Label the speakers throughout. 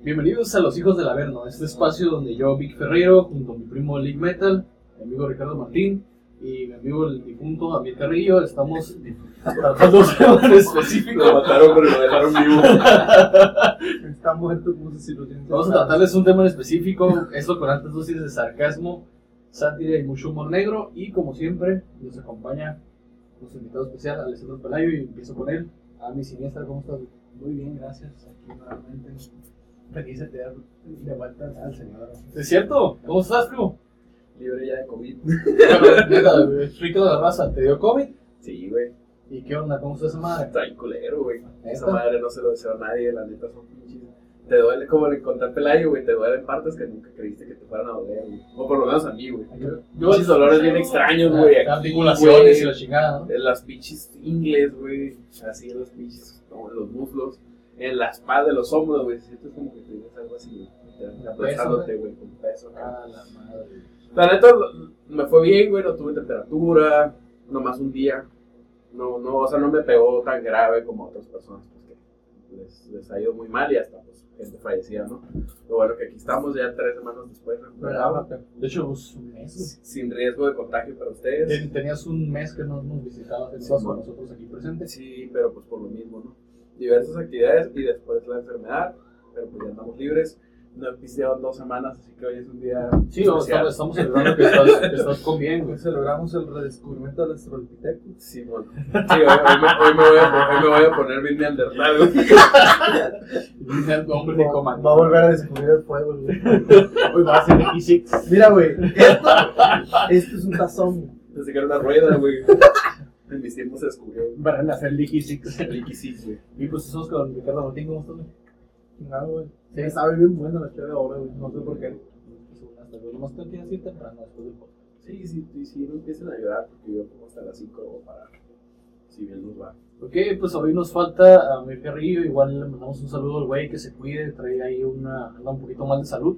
Speaker 1: Bienvenidos a Los Hijos del Averno, este espacio donde yo, Vic Ferrero, junto a mi primo Lick Metal, mi amigo Ricardo Martín y mi amigo el difunto Amir Carrillo, estamos tratando temas
Speaker 2: Lo
Speaker 1: específicos.
Speaker 2: mataron, pero lo dejaron vivo.
Speaker 3: Está muerto, no sé si lo tienen.
Speaker 1: Vamos a tratarles un tema en específico, esto con altas dosis de sarcasmo, sátira y mucho humor negro. Y como siempre, nos acompaña nuestro invitado especial, Alessandro Pelayo, y empiezo con él. A mi siniestra, ¿cómo estás?
Speaker 3: Muy bien, gracias. Aquí nuevamente. Feliz de tener de vuelta al señor.
Speaker 1: ¿Es cierto? ¿Cómo estás, primo?
Speaker 2: Libre ya de COVID.
Speaker 1: Bueno, Explícalo a la raza, ¿te dio COVID?
Speaker 2: Sí, güey.
Speaker 1: ¿Y qué onda? ¿Cómo está esa madre?
Speaker 2: Está bien culero, güey. Esa
Speaker 1: ¿Neta?
Speaker 2: madre no se lo deseo a nadie, la neta son pinches. Te duele, como le conté a Pelayo, güey, te duelen partes que nunca creíste que te fueran a doler, güey. O por lo menos a mí, güey.
Speaker 1: Yo,
Speaker 2: Pinches dolores bien extraños, güey.
Speaker 1: Las articulaciones y la
Speaker 2: Güey.
Speaker 1: chingada, ¿no?
Speaker 2: En las pinches ingles, güey. Así en los pinches, como en los muslos. En la espalda, en los hombros, güey. Sientes como que tienes algo así, güey. Te-
Speaker 1: La
Speaker 2: Aplastándote, güey, con peso acá.
Speaker 1: Ah, la madre.
Speaker 2: La neta, lo- me fue bien, güey, no tuve temperatura, nomás un día. No, no, o sea, no me pegó tan grave como a otras personas pues, que les, les ha ido muy mal y hasta pues, gente fallecida, ¿no? Lo bueno que aquí estamos ya tres semanas después recuperados,
Speaker 1: De hecho, pues, un mes. güey.
Speaker 2: sin- sin riesgo de contagio para ustedes.
Speaker 1: Ten- Tenías un mes que no nos visitabas, que estabas con nosotros aquí presentes.
Speaker 2: Sí, pero pues por lo mismo, ¿no? Diversas actividades y después la enfermedad, pero pues ya andamos libres. No he pisteado en dos semanas, así que hoy es un día
Speaker 1: Sí, no,
Speaker 2: especial.
Speaker 1: estamos, estamos celebrando que estás, que estás con bien, güey.
Speaker 3: Celebramos el redescubrimiento del Australopithecus.
Speaker 2: Sí, bueno. Sí, hoy, hoy me, hoy me voy a, po- hoy me voy a poner bien neandertal, güey.
Speaker 1: Dice el hombre Pues de
Speaker 3: Va,
Speaker 1: comando.
Speaker 3: va a volver a descubrir el fuego, güey.
Speaker 1: Hoy va a ser E X6.
Speaker 3: Mira, güey. Esto, esto es un tazón.
Speaker 2: Pensé que era una rueda, güey. En mis tiempos se descubrió
Speaker 1: Van a hacer X6.
Speaker 2: el Iquisis, güey.
Speaker 1: Y pues estamos con Ricardo Martín, ¿cómo estás, güey?
Speaker 3: Chingado, güey. Sí, sabe bien bueno la chévere ahora, güey. No sé por qué.
Speaker 1: Hasta luego, nomás tengo que decir temprano después del podcast.
Speaker 2: Sí, sí, sí, sí, no empiecen a llorar porque yo como hasta las 5 voy a parar. Si bien nos va.
Speaker 1: Ok, pues hoy nos falta a Mir Carrillo, igual le mandamos un saludo al güey que se cuide, trae ahí una, anda un poquito mal de salud,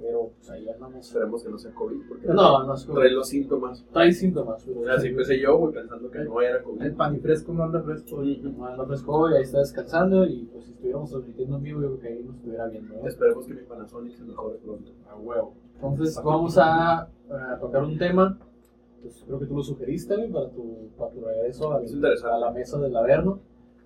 Speaker 1: pero pues ahí andamos.
Speaker 2: Esperemos que no sea COVID porque
Speaker 1: No, no es
Speaker 2: trae
Speaker 1: COVID.
Speaker 2: los síntomas.
Speaker 1: Trae síntomas, güey.
Speaker 2: Así empecé yo, güey, pensando que no era COVID.
Speaker 3: El pan y fresco no anda fresco. güey.
Speaker 2: Ujú.
Speaker 1: Bueno, López Cobo ahí está descansando y pues si estuviéramos transmitiendo en vivo, yo creo que ahí nos estuviera viendo. ¿no?
Speaker 2: Esperemos que mi Panasonic se mejore pronto.
Speaker 1: A huevo. Entonces vamos a, a tocar un tema, pues creo que tú lo sugeriste, güey, para tu, para tu regreso a,
Speaker 2: Es interesante.
Speaker 1: a la mesa del Averno,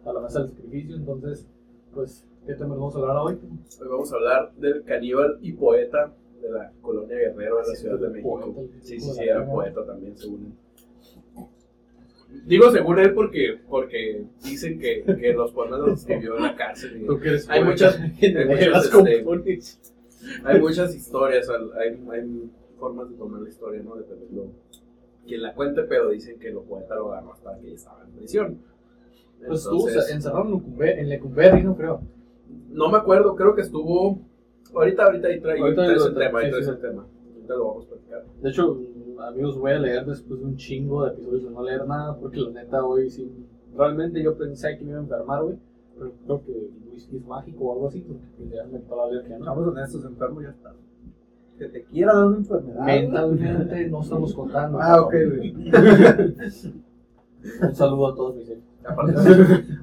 Speaker 1: a la mesa del sacrificio, entonces, pues, ¿qué tema vamos a hablar hoy?
Speaker 2: Hoy vamos a hablar del caníbal y poeta de la colonia Guerrero de la Ciudad de México.
Speaker 1: Poeta, Ah, el
Speaker 2: Sí, sí,
Speaker 1: tipo
Speaker 2: sí,
Speaker 1: de
Speaker 2: era
Speaker 1: la-
Speaker 2: poeta también, según él. Digo según él porque, porque dicen que, que los poemas los escribió en la cárcel.
Speaker 1: Tú
Speaker 2: y-
Speaker 1: que eres
Speaker 2: Hay
Speaker 1: poeta,
Speaker 2: muchas-
Speaker 1: güey,
Speaker 2: hay
Speaker 1: de
Speaker 2: muchas,
Speaker 1: las
Speaker 2: este,
Speaker 1: compones.
Speaker 2: Hay muchas historias, al- hay, hay formas de tomar la historia, ¿no? Dependiendo quien la cuente, pero dicen que los poetas lo agarró hasta que estaba en prisión.
Speaker 1: Pues tú, o sea,
Speaker 2: Entonces,
Speaker 1: encerraron en Lecumber- en Lecumberri, no creo.
Speaker 2: no me acuerdo, creo que estuvo. Ahorita, ahorita ahí traigo
Speaker 1: Ahorita
Speaker 2: traigo
Speaker 1: lo-
Speaker 2: el tema, ahí
Speaker 1: sí,
Speaker 2: traigo
Speaker 1: sí.
Speaker 2: el tema. Ahorita lo vamos a platicar.
Speaker 1: De hecho, mm, amigos, voy a leer después de un chingo de episodios de no leer nada, porque la neta hoy sí. Realmente yo pensé que me iba a enfermar, güey. Pero creo que el whisky es mágico o algo así, porque pues, ya me estaba alergia, ¿no?
Speaker 3: Estamos honestos, enfermo ya está. Que te quiera dar una enfermedad.
Speaker 1: Mentalmente no estamos contando.
Speaker 3: Ah, ok, güey.
Speaker 1: Un saludo a todos mis hijos.
Speaker 2: Aparte,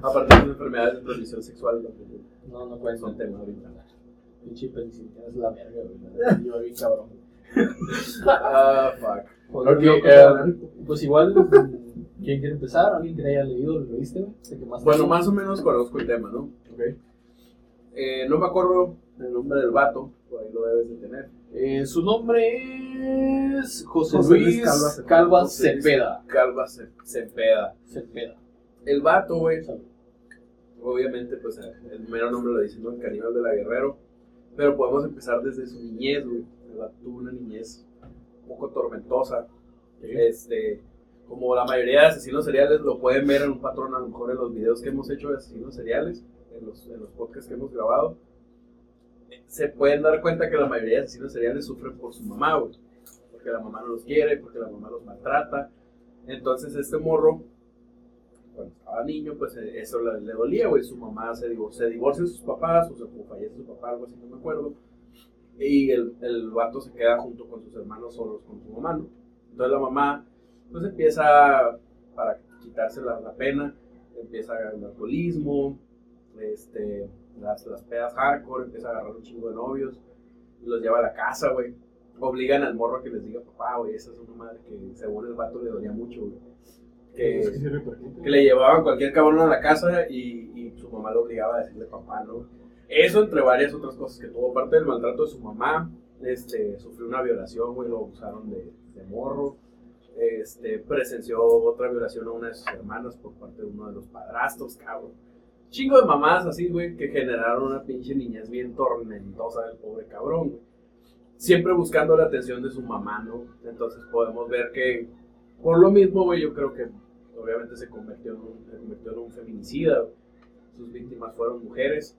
Speaker 2: aparte de las enfermedades de transmisión sexual, lo que-
Speaker 1: No, no pueden
Speaker 2: Son
Speaker 1: contar.
Speaker 2: temas ahorita.
Speaker 1: Pinche penicilina es la verga, güey. Yo vi cabrón.
Speaker 2: Ah, fuck.
Speaker 1: Ok,
Speaker 3: Loco,
Speaker 1: eh,
Speaker 3: alcohólico.
Speaker 1: pues igual, ¿quién quiere empezar? ¿Alguien que haya leído? ¿Lo leíste, güey? Sé que más-
Speaker 2: Bueno, más o menos conozco el tema, ¿no?
Speaker 1: Ok.
Speaker 2: Eh, no me acuerdo el nombre del vato, por ahí lo debes de tener.
Speaker 1: Eh, su nombre es José,
Speaker 3: José
Speaker 1: Luis
Speaker 3: Luis
Speaker 1: Calva
Speaker 3: Calva
Speaker 1: Cepeda.
Speaker 3: Cepeda.
Speaker 2: José Luis Calva Se- Cepeda.
Speaker 1: Cepeda.
Speaker 2: El vato, güey,
Speaker 1: Salud.
Speaker 2: obviamente, pues el mero nombre lo dice, ¿no? El caníbal de la Guerrero. Pero podemos empezar desde su niñez, güey. El vato tuvo una niñez un poco tormentosa. Este, como la mayoría de asesinos seriales lo pueden ver en un patrón, a lo mejor en los videos que hemos hecho de asesinos seriales, en los, en los podcasts que hemos grabado, eh, se pueden dar cuenta que la mayoría de asesinos seriales sufren por su mamá, güey. Porque la mamá no los quiere, porque la mamá los maltrata. Entonces este morro, cuando estaba niño, pues eh, eso le, le dolía, güey. Su mamá se, divor- se divorcia de sus papás, o se o fallece su papá, algo así, no me acuerdo. Y el, el vato se queda junto con sus hermanos solos con su mamá, ¿no? Entonces la mamá, pues empieza, para quitarse la, la pena, empieza el alcoholismo, este, las, las pedas hardcore, empieza a agarrar un chingo de novios, los lleva a la casa, güey. Obligan al morro a que les diga papá, güey, esa es una madre que según el vato le dolía mucho, güey.
Speaker 1: Pues es
Speaker 2: Que,
Speaker 1: que sí repercute.
Speaker 2: que le llevaban cualquier cabrón a la casa y, y su mamá lo obligaba a decirle papá, ¿no? Eso entre varias otras cosas que tuvo, parte del maltrato de su mamá, este, sufrió una violación, güey, lo abusaron de, de morro, este, presenció otra violación a una de sus hermanas por parte de uno de los padrastros, cabrón. Chingo de mamás así, güey, que generaron una pinche niñez bien tormentosa del pobre cabrón, güey. Siempre buscando la atención de su mamá, ¿no? Entonces podemos ver que, por lo mismo, güey, yo creo que obviamente se convirtió en un, se convirtió en un feminicida, güey. Sus víctimas fueron mujeres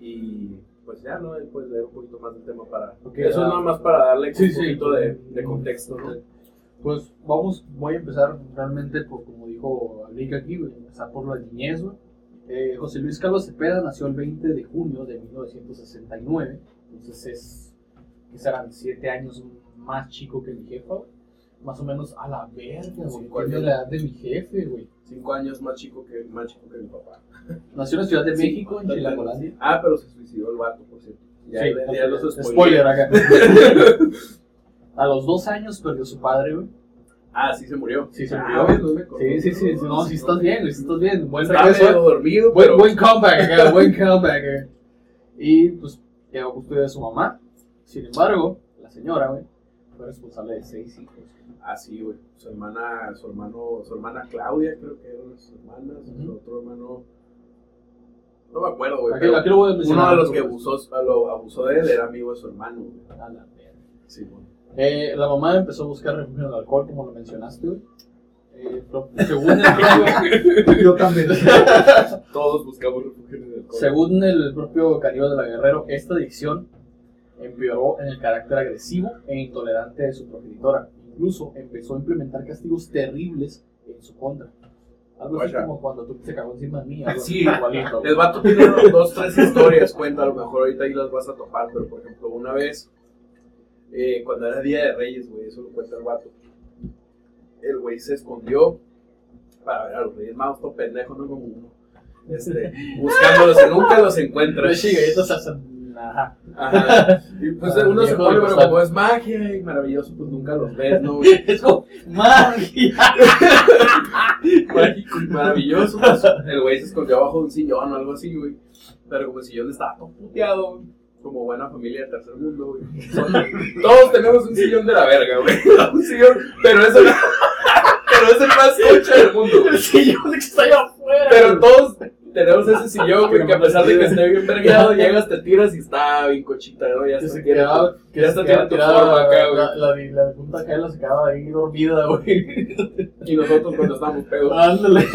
Speaker 2: y pues ya, ¿no? Ahí puedes leer un poquito más del tema para...
Speaker 1: Ok,
Speaker 2: Eso es
Speaker 1: ah.
Speaker 2: nada más para darle
Speaker 1: Sí,
Speaker 2: un
Speaker 1: sí.
Speaker 2: poquito de, de contexto, ¿no?
Speaker 1: Pues vamos, voy a empezar realmente por como dijo Rick aquí, güey, empezar por la niñez, güey. Eh, José Luis Carlos Cepeda nació el 20 de junio de 1969, entonces es, que serán 7 años más chico que mi jefa, güey. Más o menos a la verga, güey.
Speaker 2: Cinco años.
Speaker 1: Tiene la edad de mi jefe, güey.
Speaker 2: Cinco años más chico que, más chico que mi papá.
Speaker 1: Nació en la Ciudad de
Speaker 2: Sí,
Speaker 1: México, en
Speaker 2: totalmente.
Speaker 1: Chilacolandia.
Speaker 2: Ah, pero se suicidó el vato, por cierto. Ya,
Speaker 1: Sí,
Speaker 2: ya los
Speaker 1: spoiler.
Speaker 2: spoileé.
Speaker 1: acá. A los dos años perdió su padre, güey.
Speaker 2: Ah, sí se murió.
Speaker 1: Sí se
Speaker 2: Ah,
Speaker 1: murió.
Speaker 2: güey, no me acordé.
Speaker 1: Sí, sí, sí. No, si estás bien, güey, si estás bien. Buen
Speaker 2: Estaba
Speaker 1: regreso.
Speaker 2: medio dormido,
Speaker 1: Buen,
Speaker 2: pero...
Speaker 1: buen comeback, acá, buen comeback. acá. Y pues quedó custodia de su mamá. Sin embargo, la señora, güey, fue responsable de seis hijos.
Speaker 2: Ah, sí, güey. Su hermana, su hermano, su hermana Claudia, creo que era una de sus hermanas. Su
Speaker 1: Ujú.
Speaker 2: otro hermano... No me acuerdo, güey.
Speaker 1: Aquí,
Speaker 2: pero
Speaker 1: aquí lo voy a mencionar.
Speaker 2: Uno de los que abusó, lo abusó de él era amigo de su hermano, güey.
Speaker 1: A Ah, la verga.
Speaker 2: Sí, güey.
Speaker 1: Eh, la mamá empezó a buscar refugio en el alcohol, como lo mencionaste, güey. Eh, pro- según el propio,
Speaker 3: Yo también.
Speaker 2: Todos buscamos refugio en el alcohol.
Speaker 1: según el propio Caribe de la Guerrero, esta adicción empeoró en el carácter agresivo e intolerante de su progenitora. Incluso empezó a implementar castigos terribles en su contra. Algo así
Speaker 2: Guacha.
Speaker 1: como cuando tú te cagó encima de mí. algo
Speaker 2: Ah, Sí,
Speaker 1: igualito, güey.
Speaker 2: El vato tiene unos dos, tres historias, cuenta, a lo mejor ahorita ahí las vas a topar, pero por ejemplo, una vez, eh, cuando era Día de Reyes, güey, eso lo cuenta el vato, el güey se escondió para ver a los Reyes Magos, todo pendejo, no como uno, este, buscándolos, y nunca los encuentra.
Speaker 1: Pero sí, galletas hacen- Ajá.
Speaker 2: Ajá. Y pues
Speaker 1: Ah,
Speaker 2: uno se
Speaker 1: viejo
Speaker 2: pone,
Speaker 1: de
Speaker 2: pero
Speaker 1: costal.
Speaker 2: como es magia y maravilloso, pues nunca los ves, ¿no? güey?
Speaker 1: Es como
Speaker 2: Ah,
Speaker 1: magia.
Speaker 2: mágico y maravilloso. pues, el güey se escondió abajo de un sillón o algo así, güey. Pero como el sillón estaba todo puteado, güey, como buena familia de tercer mundo, güey. Son- Todos tenemos un sillón de la verga, güey. Un sillón, pero es el, pero es el más concha del mundo, güey.
Speaker 1: El sillón que está allá afuera.
Speaker 2: Pero todos tenemos ese sillón, güey, que a pesar de que esté bien vergueado, llegas, te tiras y está bien cochita, ¿no? Ya
Speaker 1: que
Speaker 2: está
Speaker 1: se
Speaker 2: tiene
Speaker 1: quedaba, que
Speaker 2: ya
Speaker 1: se quedaba
Speaker 2: hasta tiene tu
Speaker 1: tirada
Speaker 2: forma acá, güey.
Speaker 1: la, la, de- la de punta Cala se quedaba ahí dormida, güey.
Speaker 2: tu- Y nosotros cuando estamos pedos.
Speaker 1: Ándale.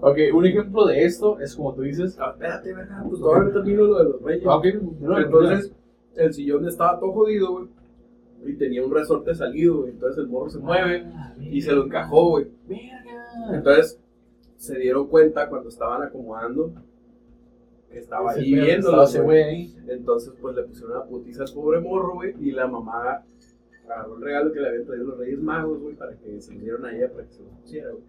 Speaker 1: ok, un ejemplo de esto es como tú dices.
Speaker 2: Ah, espérate, verga, pues todavía no termino lo de los reyes.
Speaker 1: Ah, ok,
Speaker 2: Entonces, el sillón estaba todo jodido, güey. Y tenía un resorte salido, güey. Entonces el morro se
Speaker 1: Ah,
Speaker 2: mueve y se lo encajó, güey.
Speaker 1: Verga.
Speaker 2: Entonces, se dieron cuenta cuando estaban acomodando que estaba ahí viéndolo,
Speaker 1: Estaba ese güey ahí.
Speaker 2: Entonces, pues le pusieron una putiza al pobre morro, güey. Y la mamá agarró el regalo que le habían traído los Reyes Magos, güey, para que se lo dieran a ella, para que se lo pusiera, güey.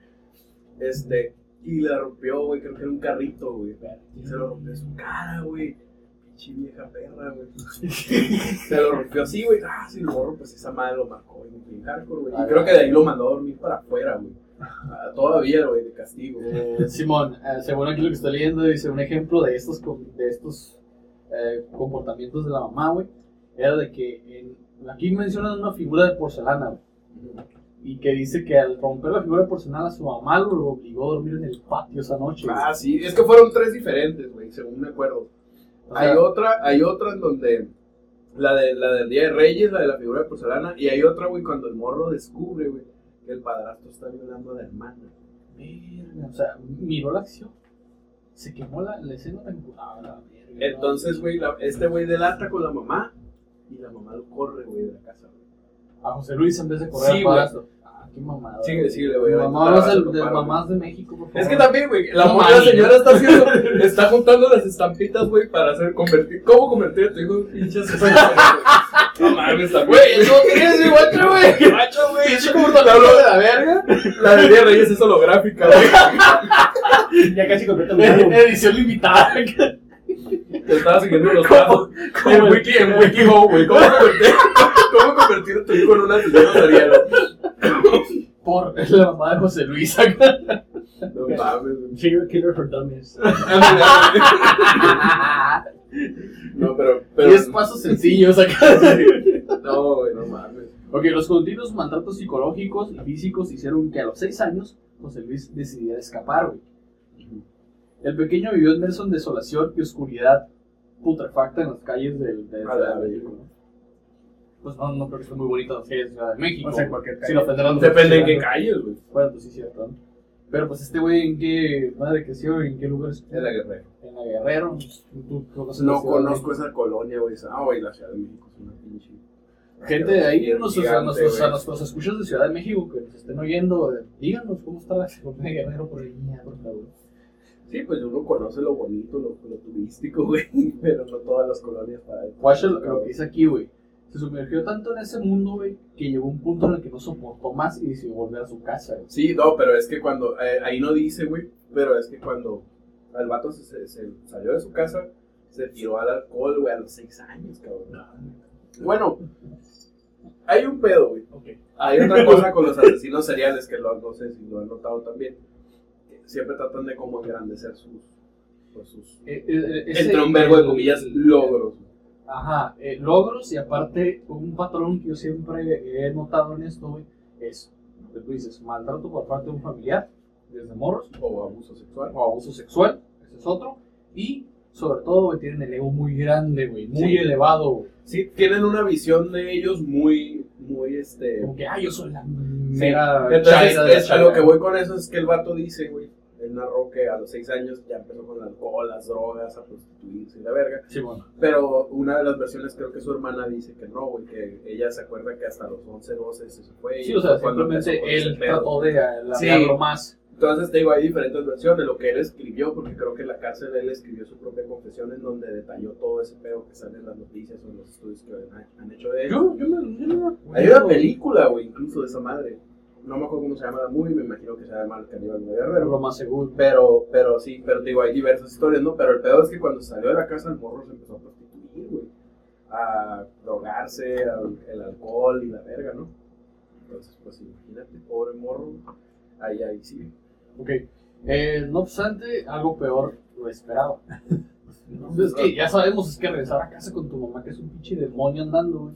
Speaker 2: Este, y la rompió, güey. Creo que era un carrito, güey. Y se lo rompió en su cara, güey. Pinche vieja perra, güey. se lo rompió así, güey. Ah, sí, el morro, pues esa madre lo marcó, güey. Bien hardcore, güey. Y creo que de ahí lo mandó a dormir para afuera, güey. Ah, Todavía, güey, de castigo.
Speaker 1: Eh, Simón, eh, según aquí lo que estoy leyendo, dice un ejemplo de estos, com- de estos eh, comportamientos de la mamá, güey, era de que en- aquí mencionan una figura de porcelana, güey, y que dice que al romper la figura de porcelana, su mamá lo obligó a dormir en el patio esa noche. güey.
Speaker 2: Ah, sí. Es que fueron tres diferentes, güey, según me acuerdo.
Speaker 1: O sea,
Speaker 2: Hay otra, hay otra en donde. La, de, la del Día de Reyes, la de la figura de porcelana. Y hay otra, güey, cuando el morro descubre, güey, que el padrastro está violando a la hermana.
Speaker 1: verga, o sea, miró la acción, se quemó la, la escena tan curada, la verga.
Speaker 2: Entonces, güey, la- este güey delata con la mamá y la mamá lo corre, güey, de la casa. güey.
Speaker 1: A José Luis en vez de correr
Speaker 2: Sí,
Speaker 1: al
Speaker 2: güey.
Speaker 1: padrastro. Ah, qué mamada.
Speaker 2: Sigue, sigue, güey.
Speaker 1: Mamá,
Speaker 2: Ahorita
Speaker 1: vas
Speaker 2: la vas a
Speaker 1: del- de,
Speaker 2: topar, güey.
Speaker 1: mamás de México, por favor.
Speaker 2: Es que también, güey, la
Speaker 1: No
Speaker 2: mamá de la
Speaker 1: mames.
Speaker 2: señora está haciendo, está juntando las estampitas, güey, para hacer convertir, ¿cómo convertir a tu hijo en pinche asesino? güey? No mames, también. Güey,
Speaker 1: eso tienes mi guacho, güey. Guacho, güey. Es como un dolor de la verga.
Speaker 2: la de Día de Reyes es holográfica, güey.
Speaker 3: Ya casi completo mi álbum.
Speaker 1: Edición limitada.
Speaker 2: Te estaba siguiendo los pasos. En
Speaker 1: el-
Speaker 2: Wiki, en Wiki güey. ¿Cómo, convertir- ¿Cómo convertir a tu hijo en un asesino serial?
Speaker 1: Por es la mamá de José Luis acá.
Speaker 2: No mames. güey.
Speaker 3: Serial Killer for Dummies.
Speaker 2: No, pero. pero
Speaker 1: Diez pasos sencillos acá.
Speaker 2: No, güey, no mames.
Speaker 1: Ok, los continuos maltratos psicológicos y físicos hicieron que a los 6 años José Luis decidiera escapar, güey. El pequeño vivió inmerso en desolación y oscuridad putrefacta en las calles del, de
Speaker 2: A la
Speaker 1: Ciudad de
Speaker 2: verga.
Speaker 1: México. ¿no? Pues no, no creo que esté muy bonito las calles de Ciudad de México.
Speaker 3: O sea, cualquier
Speaker 1: si lo
Speaker 3: calle.
Speaker 1: ofenderán,
Speaker 2: Depende en
Speaker 1: pues,
Speaker 2: qué
Speaker 1: sí,
Speaker 2: calles, güey.
Speaker 1: Bueno, pues sí, cierto. ¿no? Pero pues este güey, ¿en qué madre creció? ¿En qué lugar? es?
Speaker 2: En la guerrera.
Speaker 1: En la Guerrero. pues, ¿Tú conoces la
Speaker 2: No
Speaker 1: Ciudad de
Speaker 2: conozco esa colonia, güey. esa- Ah, güey, la Ciudad de México es una pinche.
Speaker 1: Gente de ahí,
Speaker 2: Gigante,
Speaker 1: nuestros, a, nuestros, a
Speaker 2: güey.
Speaker 1: nuestros escuchas de Ciudad de México que nos estén oyendo, eh, díganos cómo está la ciudad de Guerrero por ahí, ya, por favor.
Speaker 2: Sí, pues uno conoce lo bonito, lo, lo turístico, güey. Pero no todas las colonias para eso.
Speaker 1: Guacha lo, lo que dice aquí, güey. Se sumergió tanto en ese mundo, güey, que llegó un punto en el que no soportó más y decidió volver a su casa, güey.
Speaker 2: Sí, no, pero es que cuando. eh, ahí no dice, güey. Pero es que cuando. El vato se, se- se salió de su casa, se tiró al alcohol, güey, a los seis años, cabrón. Bueno, hay un pedo, güey.
Speaker 3: Ok.
Speaker 2: Hay otra cosa con los asesinos seriales que lo, no sé si lo han notado también. que Siempre tratan de como engrandecer sus. Pues sus
Speaker 1: Eh, eh, ese-
Speaker 2: entre un verbo de comillas, logros.
Speaker 1: Ajá, eh, logros y aparte un patrón que yo siempre he notado en esto, güey, es, lo que tú dices, maltrato por parte de un familiar, desde morros,
Speaker 2: O abuso sexual.
Speaker 1: o abuso sexual, ese es otro, y sobre todo, güey, tienen el ego muy grande, güey, muy
Speaker 2: Sí.
Speaker 1: elevado, güey.
Speaker 2: Sí, tienen una visión de ellos muy, muy, este...
Speaker 1: Como que, ah, yo soy la
Speaker 2: sí.
Speaker 1: mera
Speaker 2: Entonces,
Speaker 1: chaira de la
Speaker 2: es- a lo
Speaker 1: chaira.
Speaker 2: que voy con eso es que el vato dice, güey, él narró que a los seis años ya empezó con el alcohol, las drogas, a prostituirse y la verga.
Speaker 1: Sí, bueno.
Speaker 2: Pero una de las versiones creo que su hermana dice que no, güey, que ella se acuerda que hasta los 11, 12 se fue. y
Speaker 1: Sí, o sea,
Speaker 2: cuando
Speaker 1: simplemente
Speaker 2: empezó con ese
Speaker 1: él
Speaker 2: pedo.
Speaker 1: trató de
Speaker 2: Sí.
Speaker 1: alargarlo más.
Speaker 2: Entonces, te digo, hay diferentes versiones, lo que él escribió, porque creo que en la cárcel él escribió su propia confesión en donde detalló todo ese pedo que sale en las noticias o en los estudios que han, han hecho de él.
Speaker 1: Yo, yo, me, yo no me acuerdo.
Speaker 2: Hay una película, güey, incluso de esa madre. No me acuerdo cómo se llama la movie, me imagino que se llama El Caníbal de
Speaker 1: Pero lo
Speaker 2: Guerrero.
Speaker 1: más seguro.
Speaker 2: Pero, pero sí, pero te digo, hay diversas historias, ¿no? Pero el pedo es que cuando salió de la casa, el morro se empezó a prostituir, güey. A drogarse, al- el alcohol y la verga, ¿no? Entonces, pues imagínate, pobre morro. Ahí, ahí sí.
Speaker 1: Ok. Eh, no obstante, algo peor lo esperaba. es que ya sabemos, es que regresar a casa con tu mamá, que es un pinche demonio andando, güey.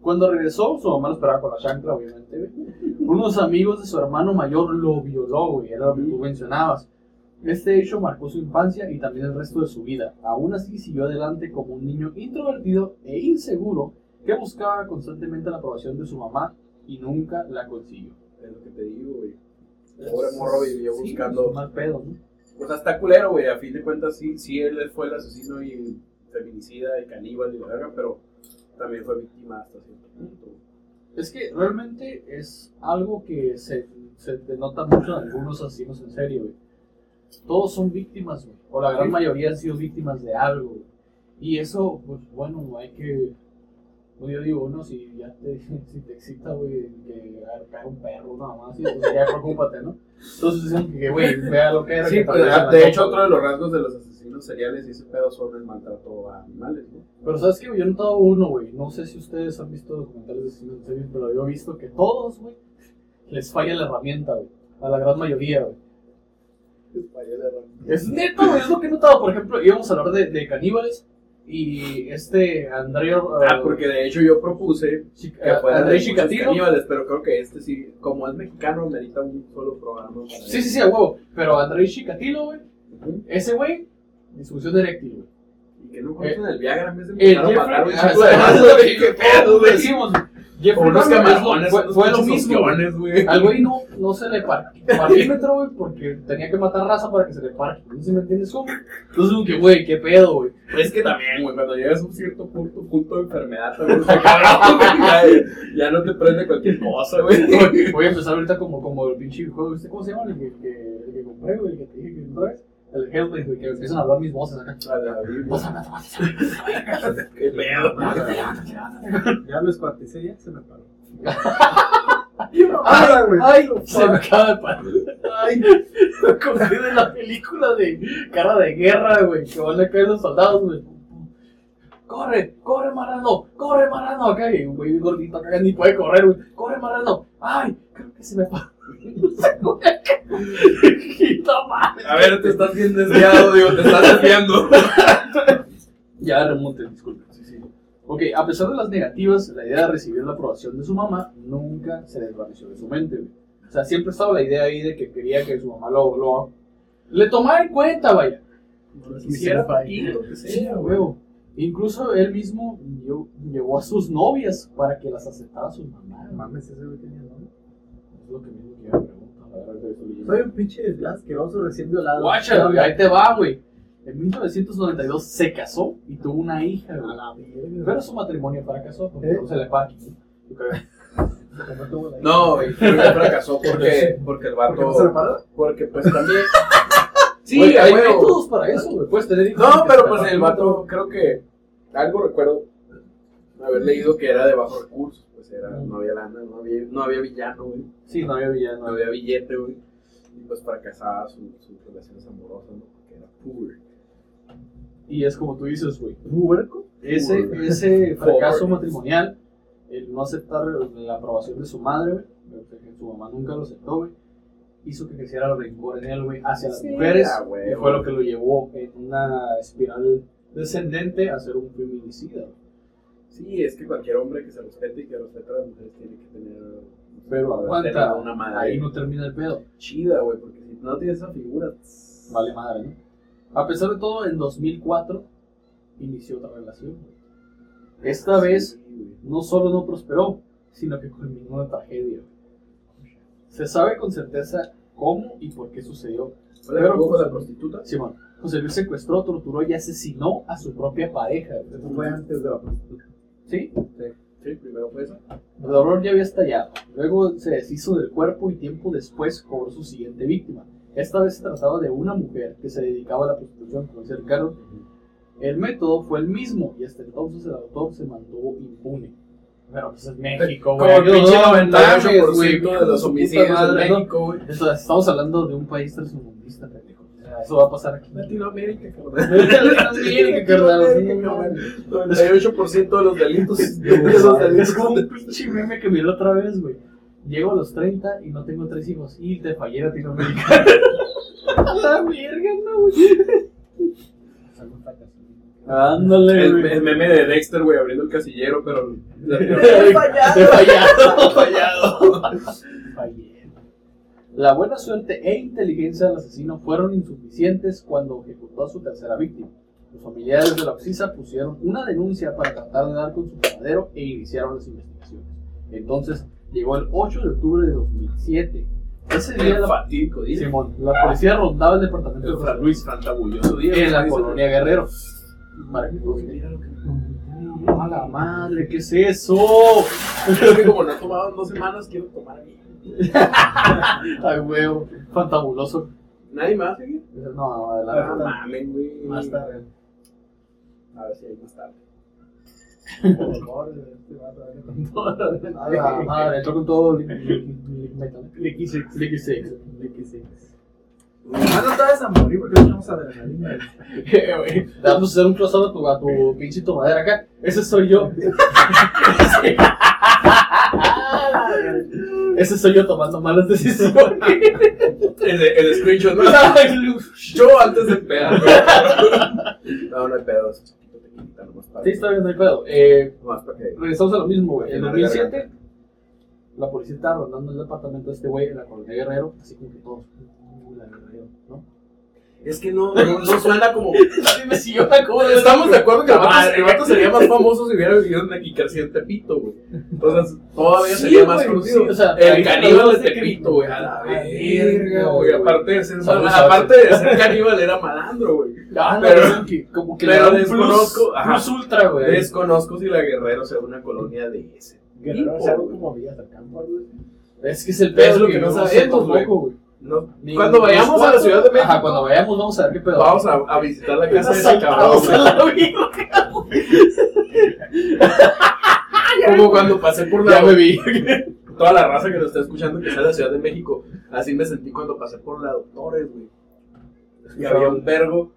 Speaker 1: Cuando regresó, su mamá lo esperaba con la chancla, obviamente, güey. Unos amigos de su hermano mayor lo violó, güey, era lo que tú mencionabas. Este hecho marcó su infancia y también el resto de su vida. Aún así, siguió adelante como un niño introvertido e inseguro que buscaba constantemente la aprobación de su mamá y nunca la consiguió.
Speaker 2: Es lo que te digo, güey. Pobre morro vivió
Speaker 1: Sí,
Speaker 2: buscando.
Speaker 1: pues, mal pedo, ¿no?
Speaker 2: O sea, está culero, güey. A fin de cuentas, sí, sí, él fue el asesino y feminicida y caníbal y la verga, pero también fue víctima hasta cierto punto.
Speaker 1: Es que realmente es algo que se, se denota mucho en algunos asesinos en serie, güey. Todos son víctimas, güey. O la gran
Speaker 2: Sí.
Speaker 1: mayoría han sido víctimas de algo, güey. Y eso, pues bueno, hay que. Pues yo digo, no, si ya te, si te excita, güey, que arcar un perro, nada más, y pues ya preocúpate, ¿no? Entonces dicen que, güey, vea lo que era. que
Speaker 2: Sí,
Speaker 1: te
Speaker 2: pues,
Speaker 1: pegan la
Speaker 2: de hecho,
Speaker 1: sopa,
Speaker 2: otro de los rasgos de los asesinos seriales y ese pedo son el maltrato a animales, ¿no?
Speaker 1: Pero sabes que yo he notado uno, güey. No sé si ustedes han visto documentales de asesinos en series, pero yo he visto que todos, güey, les falla la herramienta, güey. A la gran mayoría, güey. Es neto, güey. Es lo que he notado. Por ejemplo, íbamos a hablar de, de caníbales y este Andreo.
Speaker 2: Ah, porque de hecho yo propuse que fueran
Speaker 1: André
Speaker 2: de muchos
Speaker 1: Chikatilo.
Speaker 2: caníbales, pero creo que este sí, como es mexicano, merita un solo programa. para
Speaker 1: Sí,
Speaker 2: él.
Speaker 1: sí, sí, a huevo. Pero Andrei Chikatilo, güey.
Speaker 2: Ujú.
Speaker 1: Ese güey, disfunción eréctil, güey.
Speaker 2: Y que no conocen el Viagra, en vez de
Speaker 1: El
Speaker 2: empezar a matar a un
Speaker 1: Jeffrey.
Speaker 2: chico de
Speaker 1: Ah,
Speaker 2: raza, güey,
Speaker 1: sí,
Speaker 2: qué pedo,
Speaker 1: lo
Speaker 2: güey.
Speaker 1: decimos.
Speaker 2: Como
Speaker 1: Jeffrey
Speaker 2: unos
Speaker 1: Dahmer,
Speaker 2: camarones,
Speaker 1: fue,
Speaker 2: unos
Speaker 1: fue lo
Speaker 2: pinches
Speaker 1: mismo. güey.
Speaker 2: ostiones, güey.
Speaker 1: Al güey no, no se le parqueó parquímetro, güey, porque tenía que matar raza para que se le parque. ¿No se me entiendes cómo? Entonces, como que, güey, qué pedo, güey.
Speaker 2: Es que también, güey, cuando llegas a un cierto punto, punto de enfermedad, también está cabrón, güey, ya, ya no te prende cualquier cosa, güey.
Speaker 1: Voy a empezar ahorita como, como el pinche juego. ¿Este cómo se llama? El que, que- el que compré, güey, el que te dije que otra vez. El Hellblade, güey, que empiezan a hablar mis voces acá.
Speaker 2: A la vida,
Speaker 1: Pásame,
Speaker 2: qué pedo, güey.
Speaker 3: Ya lo escuarticé, ya se me paró. Habla, güey.
Speaker 1: Ay, se me acaba de parar. Ay, me acordé de la película de Cara de Guerra, güey. Que van a caer los soldados, güey. Corre, corre, marano, corre, marano. Acá, y un güey bien gordito acá ni puede correr, güey. Corre, marano. Ay, creo que se me paró. Se fue acá. Y toma.
Speaker 2: A ver, te estás bien desviado, digo, te estás desviando.
Speaker 1: Ya remonte, disculpe. Sí, sí. Ok, a pesar de las negativas, la idea de recibir la aprobación de su mamá nunca se desvaneció de su mente, güey. O sea, siempre estaba la idea ahí de que quería que su mamá lo, lo le tomara en cuenta, vaya. Quisiera poquito que sea, huevo. Incluso él mismo llevó, llevó a sus novias para que las aceptara su mamá. güey.
Speaker 3: Mames, ese güey tenía nombre.
Speaker 1: Es lo que mismo que yo pregunto. la verdad, que yo
Speaker 3: Soy
Speaker 1: soy-
Speaker 3: un pinche asqueroso recién violado.
Speaker 1: Guacha, güey, ahí te va, güey. En 1992 se casó y tuvo una hija, güey. Pero su matrimonio fracasó porque
Speaker 3: ¿Eh?
Speaker 1: no se le paga. Yo creo.
Speaker 2: No, güey, creo que fracasó porque, porque el
Speaker 3: ¿Por qué no se
Speaker 2: vato.
Speaker 3: reparó?
Speaker 2: Porque pues también.
Speaker 1: Sí,
Speaker 2: Güey,
Speaker 1: hay
Speaker 2: güey.
Speaker 1: métodos para eso, güey. Puedes tener hijos sin
Speaker 2: No,
Speaker 1: que
Speaker 2: pero
Speaker 1: te
Speaker 2: pues
Speaker 1: paguen.
Speaker 2: el vato, creo que algo recuerdo haber leído que era de bajo recursos, pues era, no había lana, no había, no había villano, güey,
Speaker 1: Sí, no había villano.
Speaker 2: no había billete, güey, y pues fracasaba su, sus relaciones amorosas, ¿no? Porque era pobre.
Speaker 1: Y es como tú dices, güey.
Speaker 3: ¿Puberco?
Speaker 1: Ese, ese fracaso
Speaker 2: Pobre.
Speaker 1: matrimonial, el no aceptar la aprobación de su madre, güey, que su mamá nunca lo aceptó, güey, hizo que creciera el rencor en él, güey, hacia las
Speaker 2: Sí,
Speaker 1: mujeres.
Speaker 2: ah, güey,
Speaker 1: y fue
Speaker 2: güey.
Speaker 1: lo que lo llevó en una espiral descendente a ser un feminicida. güey.
Speaker 2: Sí, es que cualquier hombre que se respete y que respete a las mujeres tiene que tener...
Speaker 1: Pero
Speaker 2: haber
Speaker 1: aguanta,
Speaker 2: tenido una madre
Speaker 1: ahí no termina el pedo.
Speaker 2: chida, güey, porque si no tienes esa figura... tss,
Speaker 1: Vale madre, ¿no? A pesar de todo, en 2004 inició otra relación. güey. Esta
Speaker 2: sí,
Speaker 1: vez
Speaker 2: güey.
Speaker 1: no solo no prosperó, sino que culminó una tragedia. güey. Se sabe con certeza cómo y por qué sucedió.
Speaker 2: Hola,
Speaker 1: Pero,
Speaker 2: ¿cómo
Speaker 1: pues,
Speaker 2: la prostituta?
Speaker 1: Simón, José Luis secuestró, torturó y asesinó a su propia pareja. güey.
Speaker 3: Eso fue antes de la prostituta.
Speaker 1: ¿Sí?
Speaker 2: Sí, primero fue esa.
Speaker 1: El dolor ya había estallado. Luego se deshizo del cuerpo y tiempo después cobró su siguiente víctima. Esta vez se trataba de una mujer que se dedicaba a la prostitución, como dice Ricardo. El método fue el mismo y hasta entonces el autor se mantuvo impune. Pero pues es México, güey.
Speaker 2: Como el pinche
Speaker 1: No,
Speaker 2: 98%
Speaker 1: güey,
Speaker 2: de los
Speaker 1: su puta
Speaker 2: homicidios en
Speaker 1: madre, ¿no?
Speaker 2: México, güey.
Speaker 1: O sea, estamos hablando de un país tercermundista, pendejo. O sea, Eso va a pasar aquí.
Speaker 2: Latinoamérica, cabrón.
Speaker 1: Latinoamérica, carnal.
Speaker 2: Latinoamérica, cabrón. 98% de los delitos. De los
Speaker 1: Es
Speaker 2: delitos.
Speaker 1: como un pinche meme que miré la otra vez, güey. Llego a los 30 y no tengo tres hijos. Y te fallé Latinoamérica. a la verga, no, güey. Ándale,
Speaker 2: El,
Speaker 1: güey.
Speaker 2: el meme de Dexter, güey, abriendo el casillero, pero.
Speaker 1: Te
Speaker 3: fallado.
Speaker 1: he fallado.
Speaker 2: fallado.
Speaker 1: Fallé. La buena suerte e inteligencia del asesino fueron insuficientes cuando ejecutó a su tercera víctima. Los familiares de la Oxisa pusieron una denuncia para tratar de dar con su paradero e iniciaron las investigaciones. Entonces, llegó el 8 de octubre de 2007. Ese día
Speaker 2: El
Speaker 1: la,
Speaker 2: fatídico, dice.
Speaker 1: Simón, la policía rondaba el departamento de
Speaker 2: El
Speaker 1: San
Speaker 2: Fran
Speaker 1: Luis
Speaker 2: Luis, fantabulloso día.
Speaker 1: en la
Speaker 2: Dice,
Speaker 1: colonia Guerrero. Para que
Speaker 2: "Uy, mira lo que me
Speaker 1: ¡A la madre! ¿Qué es eso?
Speaker 2: Creo que como no tomaban dos semanas, quiero tomar a mí.
Speaker 1: Ay, huevo, fantabuloso.
Speaker 2: Nadie más, güey.
Speaker 1: No, adelante.
Speaker 2: No mamen, güey.
Speaker 3: Más tarde.
Speaker 2: A ver si hay más tarde.
Speaker 3: Por favor, este vato, dale con todo.
Speaker 1: A la madre, entró con todo li- li- li- metal. Liquisex.
Speaker 3: Mi
Speaker 2: Ah,
Speaker 3: hermano estaba desamorrido porque no tenemos adrenalina.
Speaker 1: Eh, güey, Le vamos a hacer un crossover a tu, a tu pinche tomadera acá. Ese soy yo. Ese soy yo tomando malas decisiones.
Speaker 2: El, el screenshot, ¿no?
Speaker 1: sí,
Speaker 2: Yo antes de pegar, güey. No, no hay pedos. Nomás para
Speaker 1: está bien, no hay pedo. Eh,
Speaker 2: Nomás para que.
Speaker 1: regresamos a lo mismo, güey. En
Speaker 2: Para que
Speaker 1: 2007,
Speaker 2: larga.
Speaker 1: la policía estaba rondando el departamento de este güey en la colonia Guerrero, así como que todos. "Uh, la Guerrero", ¿no?
Speaker 2: Es que no, no, no suena como.
Speaker 1: Dime si yo me acuerdo de-
Speaker 2: Estamos de acuerdo que el vato,
Speaker 1: Madre.
Speaker 2: el vato sería más famoso si hubiera vivido en aquí García en Tepito, güey. Entonces, todavía
Speaker 1: Sí,
Speaker 2: sería más
Speaker 1: güey,
Speaker 2: conocido.
Speaker 1: sí, o sea,
Speaker 2: el
Speaker 1: ahí
Speaker 2: caníbal
Speaker 1: hablamos
Speaker 2: de
Speaker 1: de
Speaker 2: Tepito, güey. A la
Speaker 1: Ah,
Speaker 2: verga,
Speaker 1: verga,
Speaker 2: güey.
Speaker 1: güey.
Speaker 2: Aparte de ser,
Speaker 1: Saludos,
Speaker 2: aparte de ser caníbal, era malandro, güey.
Speaker 1: Ah, no,
Speaker 2: Pero-
Speaker 1: dicen que como que
Speaker 2: pero
Speaker 1: le da un
Speaker 2: desconozco,
Speaker 1: plus,
Speaker 2: ajá.
Speaker 1: plus ultra, güey.
Speaker 2: Desconozco si la Guerrero sea una colonia de ese.
Speaker 3: Guerrero es algo como Villas del Campo, algo así.
Speaker 1: Es que es el
Speaker 2: Es
Speaker 1: pedo
Speaker 2: lo que no sabemos, güey.
Speaker 1: tampoco, güey.
Speaker 2: No.
Speaker 1: Ni-
Speaker 2: Cuando
Speaker 1: ni
Speaker 2: vayamos
Speaker 1: los
Speaker 2: a la
Speaker 1: cuatro.
Speaker 2: Ciudad de México,
Speaker 1: Ajá, cuando vayamos vamos a ver qué pedo.
Speaker 2: vamos a, a visitar la casa de ese cabrón.
Speaker 1: Asaltados
Speaker 2: güey.
Speaker 1: a la vida, güey.
Speaker 2: Como como cuando pasé por la.
Speaker 1: Ya me vi.
Speaker 2: Toda la raza que nos está escuchando que está de la Ciudad de México. Así me sentí cuando pasé por la Doctores, güey. Y había un vergo.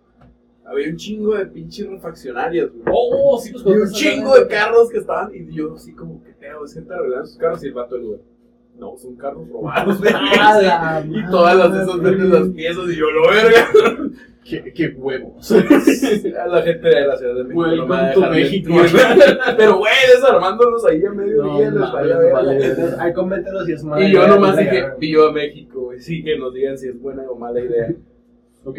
Speaker 2: Había un chingo de pinches refaccionarias, güey.
Speaker 1: Oh, sí, los
Speaker 2: Y un chingo de carros que estaban. Y yo, así como, que pedo? Es gente arreglando sus carros y el vato del güey. No, son carros robados, güey. Y todas las esas venden las piezas y yo lo verga.
Speaker 1: Qué, qué huevos.
Speaker 2: A la gente de la Ciudad de México. no me va
Speaker 1: Welcome
Speaker 2: a
Speaker 1: to
Speaker 2: dejar
Speaker 1: México.
Speaker 2: mentir, güey. Pero, güey, desarmándolos ahí a mediodía
Speaker 1: No,
Speaker 2: les valía
Speaker 1: mames,
Speaker 2: verga.
Speaker 1: vale.
Speaker 3: Entonces, ahí coméntenos si es mala
Speaker 2: Y
Speaker 3: idea,
Speaker 2: yo nomás
Speaker 3: mala
Speaker 2: dije,
Speaker 3: idea.
Speaker 2: pillo a México, güey. Sí, que nos digan si es buena o mala idea.
Speaker 1: Ok.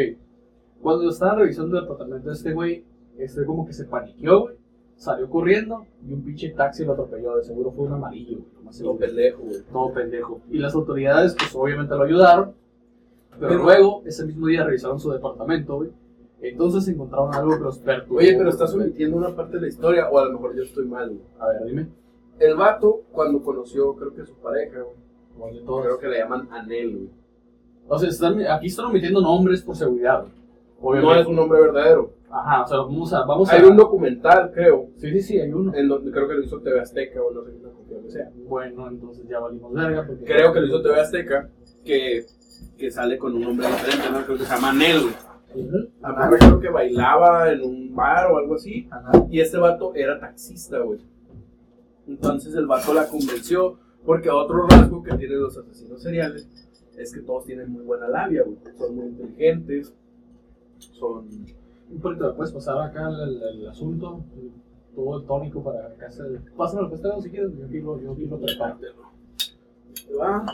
Speaker 1: Cuando estaba revisando el apartamento de este güey, este como que se paniqueó, güey. Salió corriendo y un pinche taxi lo atropelló. De seguro fue un amarillo, güey. lo más seguro.
Speaker 2: Lo pendejo, güey.
Speaker 1: Todo pendejo. Y las autoridades, pues obviamente lo ayudaron. Pero,
Speaker 2: Pero-
Speaker 1: luego, ese mismo día revisaron su departamento, güey. Entonces encontraron algo que los perturbó.
Speaker 2: Oye, pero estás
Speaker 1: güey.
Speaker 2: omitiendo una parte de la historia, o a lo mejor yo estoy mal, güey.
Speaker 1: A ver, dime.
Speaker 2: El vato, cuando conoció, creo que a su pareja, güey.
Speaker 1: ¿cuál de todas?
Speaker 2: Creo que le llaman Anel, güey.
Speaker 1: O sea, están, aquí están omitiendo nombres por seguridad, güey.
Speaker 2: No es un nombre verdadero.
Speaker 1: Ajá, o sea, vamos a... Vamos
Speaker 2: Hay
Speaker 1: a...
Speaker 2: un Eh, documental, creo,
Speaker 1: Sí, sí, sí, hay uno.
Speaker 2: en donde creo que lo hizo TV Azteca, o no sé qué tan confiable sea.
Speaker 1: Bueno, entonces ya valimos verga porque...
Speaker 2: Creo que lo hizo TV Azteca, que, que sale con un nombre diferente, ¿no? Creo que se llama Anel, güey.
Speaker 1: Ujú.
Speaker 2: Además, creo que bailaba en un bar o algo así.
Speaker 1: Ajá.
Speaker 2: Y este vato era taxista, güey. Entonces el vato la convenció porque otro rasgo que tienen los asesinos seriales es que todos tienen muy buena labia, güey. Son muy inteligentes, son...
Speaker 1: Un poquito, puedes pasar acá el, el- el asunto, el- todo el tónico para acá. se- Pásamelo, pues, si quieres, yo aquí lo, yo aquí lo preparo.
Speaker 2: Ah,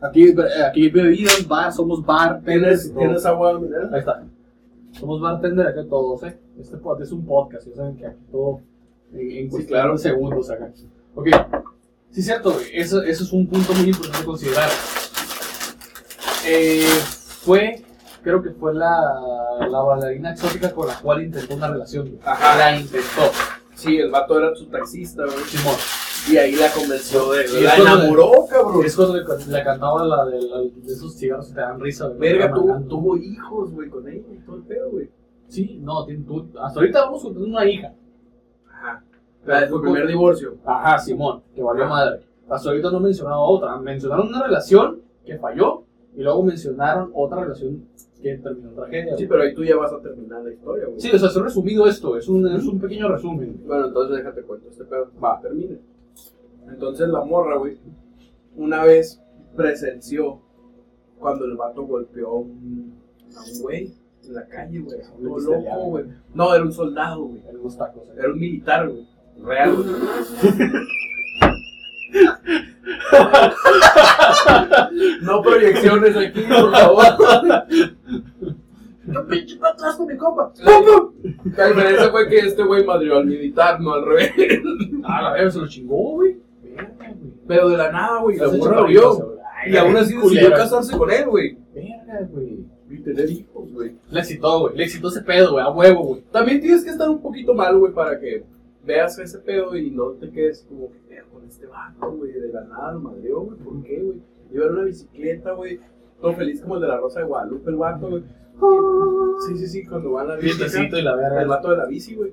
Speaker 1: Aquí, aquí bebidas, bar, somos bar.
Speaker 2: ¿Tienes, ¿tienes agua mineral?
Speaker 1: Ahí está. Somos bartender acá todos, ¿eh? Este pod- es un podcast, ya saben que aquí todo en, en cuestión
Speaker 2: Pues claro.
Speaker 1: de segundos acá. Ok. Sí, cierto, güey, Eso, eso es un punto muy importante a considerar. Eh, fue, creo que fue la, la bailarina exótica con la cual intentó una relación. güey.
Speaker 2: Ajá.
Speaker 1: La intentó,
Speaker 2: Sí, el vato era su taxista, güey.
Speaker 1: Simón.
Speaker 2: Y ahí la convenció de...
Speaker 1: Y
Speaker 2: la
Speaker 1: eso-
Speaker 2: enamoró, cabrón.
Speaker 1: Es cuando le, le cantaba la de, la- de esos cigarros que te dan risa. güey,
Speaker 2: Verga,
Speaker 1: que
Speaker 2: tuvo,
Speaker 1: mandan.
Speaker 2: tuvo hijos, güey, con ella y todo el pedo, güey.
Speaker 1: Sí, no, tiene- tú- hasta ahorita vamos contando una hija.
Speaker 2: Ajá. Su primer divorcio.
Speaker 1: Ajá, Simón, que valió madre. Hasta ahorita no mencionaba otra. Mencionaron una relación que falló y luego mencionaron otra relación que terminó en tragedia.
Speaker 2: Sí,
Speaker 1: güey.
Speaker 2: pero ahí tú ya vas a terminar la historia, güey.
Speaker 1: Sí, o sea, se ha resumido esto. Es un, es un pequeño resumen.
Speaker 2: Bueno, entonces déjate cuento este pedo. Va, termina. Entonces la morra, güey, una vez presenció cuando el vato golpeó a un, a un güey en la calle, güey.
Speaker 1: Un
Speaker 2: Todo
Speaker 1: ministerial.
Speaker 2: loco, güey. No, era un soldado, güey.
Speaker 1: En unos tacos. eh.
Speaker 2: Era un militar, güey. Real, güey. No proyecciones aquí, por favor. ¡Qué pinche pa' atrás con mi compa! La diferencia fue que este güey madrió al militar, no al revés.
Speaker 1: Ah, la verga se lo chingó, güey. Verga, güey.
Speaker 2: Pero de la nada, güey, la
Speaker 1: Estás
Speaker 2: morra
Speaker 1: hecho
Speaker 2: lo
Speaker 1: palomitas,
Speaker 2: vio.
Speaker 1: güey. Ay,
Speaker 2: Y aún así decidió
Speaker 1: culera.
Speaker 2: casarse con él, güey.
Speaker 1: Verga, güey.
Speaker 2: Y tener hijos, güey.
Speaker 1: Le excitó, güey. Le excitó ese pedo, güey. A huevo, güey.
Speaker 2: También tienes que estar un poquito mal, güey, para que veas ese pedo y no te quedes como que "Pero con este vato, güey, de la nada lo madreó, güey, ¿por qué, güey? Llevar una bicicleta, güey, todo feliz como el de la Rosa de Guadalupe, el vato, güey. Sí, sí, sí, cuando van a la bici, acá,
Speaker 1: Fiestecito y la verga.
Speaker 2: el vato de la bici, güey,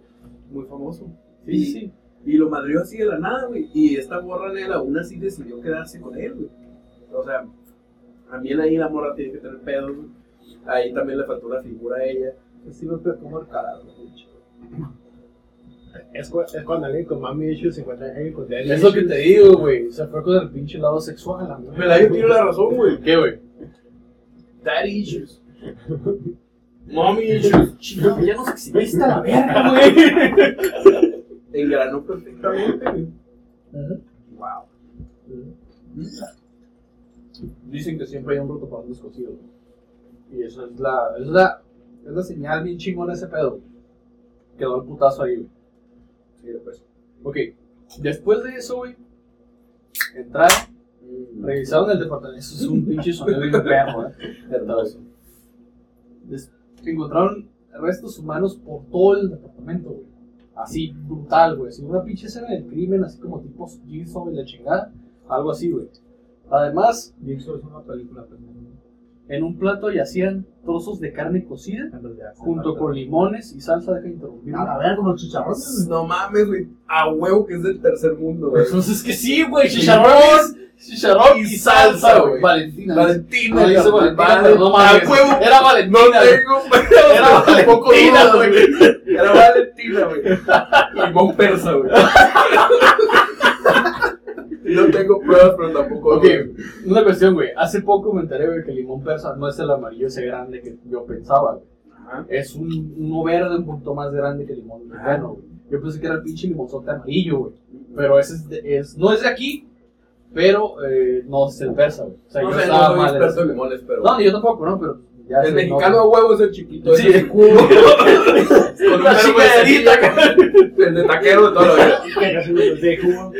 Speaker 2: muy famoso.
Speaker 1: Sí, sí, sí.
Speaker 2: Y lo madrió así de la nada, güey. Y esta morra nela aún así decidió quedarse con él, güey. O sea, también ahí la morra tiene que tener pedos, güey. Ahí también le faltó una figura a ella.
Speaker 3: Así "Pues no te como el carajo, mucho. Es, cu- es cuando alguien con mami issues se encuentra alguien con daddy
Speaker 1: Es lo que
Speaker 3: issues.
Speaker 1: te digo, güey. Se fue con el pinche lado sexual, la
Speaker 2: Pero ahí tiene la razón, güey.
Speaker 1: ¿Qué, güey?
Speaker 2: Daddy issues. Mommy issues.
Speaker 1: Chica, ya nos exhibiste a la verga, güey.
Speaker 2: Engranó perfectamente, güey. Wow.
Speaker 1: Dicen que siempre hay un roto para un descosido. güey. Y eso es la, es la, es la señal bien chingona de ese pedo. güey. Quedó el putazo ahí, güey.
Speaker 2: Sí, pues.
Speaker 1: Ok, después de eso, güey, entraron,
Speaker 2: Mm.
Speaker 1: revisaron el departamento. Eso es un pinche sonido bien perro, eh.
Speaker 2: Hermoso.
Speaker 1: Des- encontraron restos humanos por todo el departamento, güey. Así, brutal, güey. Así, una pinche escena del crimen, así como tipo Jigsaw y la chingada. Algo así, güey. Además,
Speaker 3: Y eso es una película. pues, ¿no?
Speaker 1: En un plato yacían trozos de carne cocida junto con limones y salsa, deja de interrumpirme.
Speaker 4: A ver, como los chicharrones.
Speaker 2: No mames, güey. A huevo que es del tercer mundo, güey.
Speaker 1: Pues, Entonces que sí, güey, chicharrón, chicharrón y salsa, güey. Valentina.
Speaker 2: Valentina,
Speaker 1: No, dice
Speaker 2: Valentina,
Speaker 1: Valentina, pero no mames.
Speaker 2: A huevo.
Speaker 1: Era
Speaker 2: No
Speaker 1: Valentina. güey.
Speaker 2: tengo, pero
Speaker 1: Era
Speaker 2: tampoco
Speaker 1: Valentina,
Speaker 2: dudas, güey. Era Valentina, güey. Limón persa, güey. No tengo pruebas, pero tampoco.
Speaker 1: Ok,
Speaker 2: dudas.
Speaker 1: una cuestión, güey. Hace poco me enteré, güey, que el limón persa no es el amarillo ese grande que yo pensaba, güey.
Speaker 2: Ajá.
Speaker 1: Es un, uno verde un poquito más grande que el limón
Speaker 2: Ah.
Speaker 1: mexicano, güey. Yo pensé que era el pinche limonzote amarillo, güey. Pero ese es, de- es- no es de aquí, pero eh, no es el persa, güey. O sea,
Speaker 2: No
Speaker 1: yo
Speaker 2: sé,
Speaker 1: estaba
Speaker 2: no soy
Speaker 1: mal. en
Speaker 2: experto en
Speaker 1: eso.
Speaker 2: limones, pero.
Speaker 1: No, ni yo tampoco, ¿no? Pero ya
Speaker 2: el
Speaker 1: sé,
Speaker 2: mexicano a
Speaker 1: no,
Speaker 2: huevo es el chiquito.
Speaker 1: Sí,
Speaker 2: ese.
Speaker 1: el cubo.
Speaker 2: Con un
Speaker 1: La
Speaker 2: verbo de
Speaker 1: chingaderita,
Speaker 2: cerilla, güey. El de taquero de toda la vida.
Speaker 3: de jugo.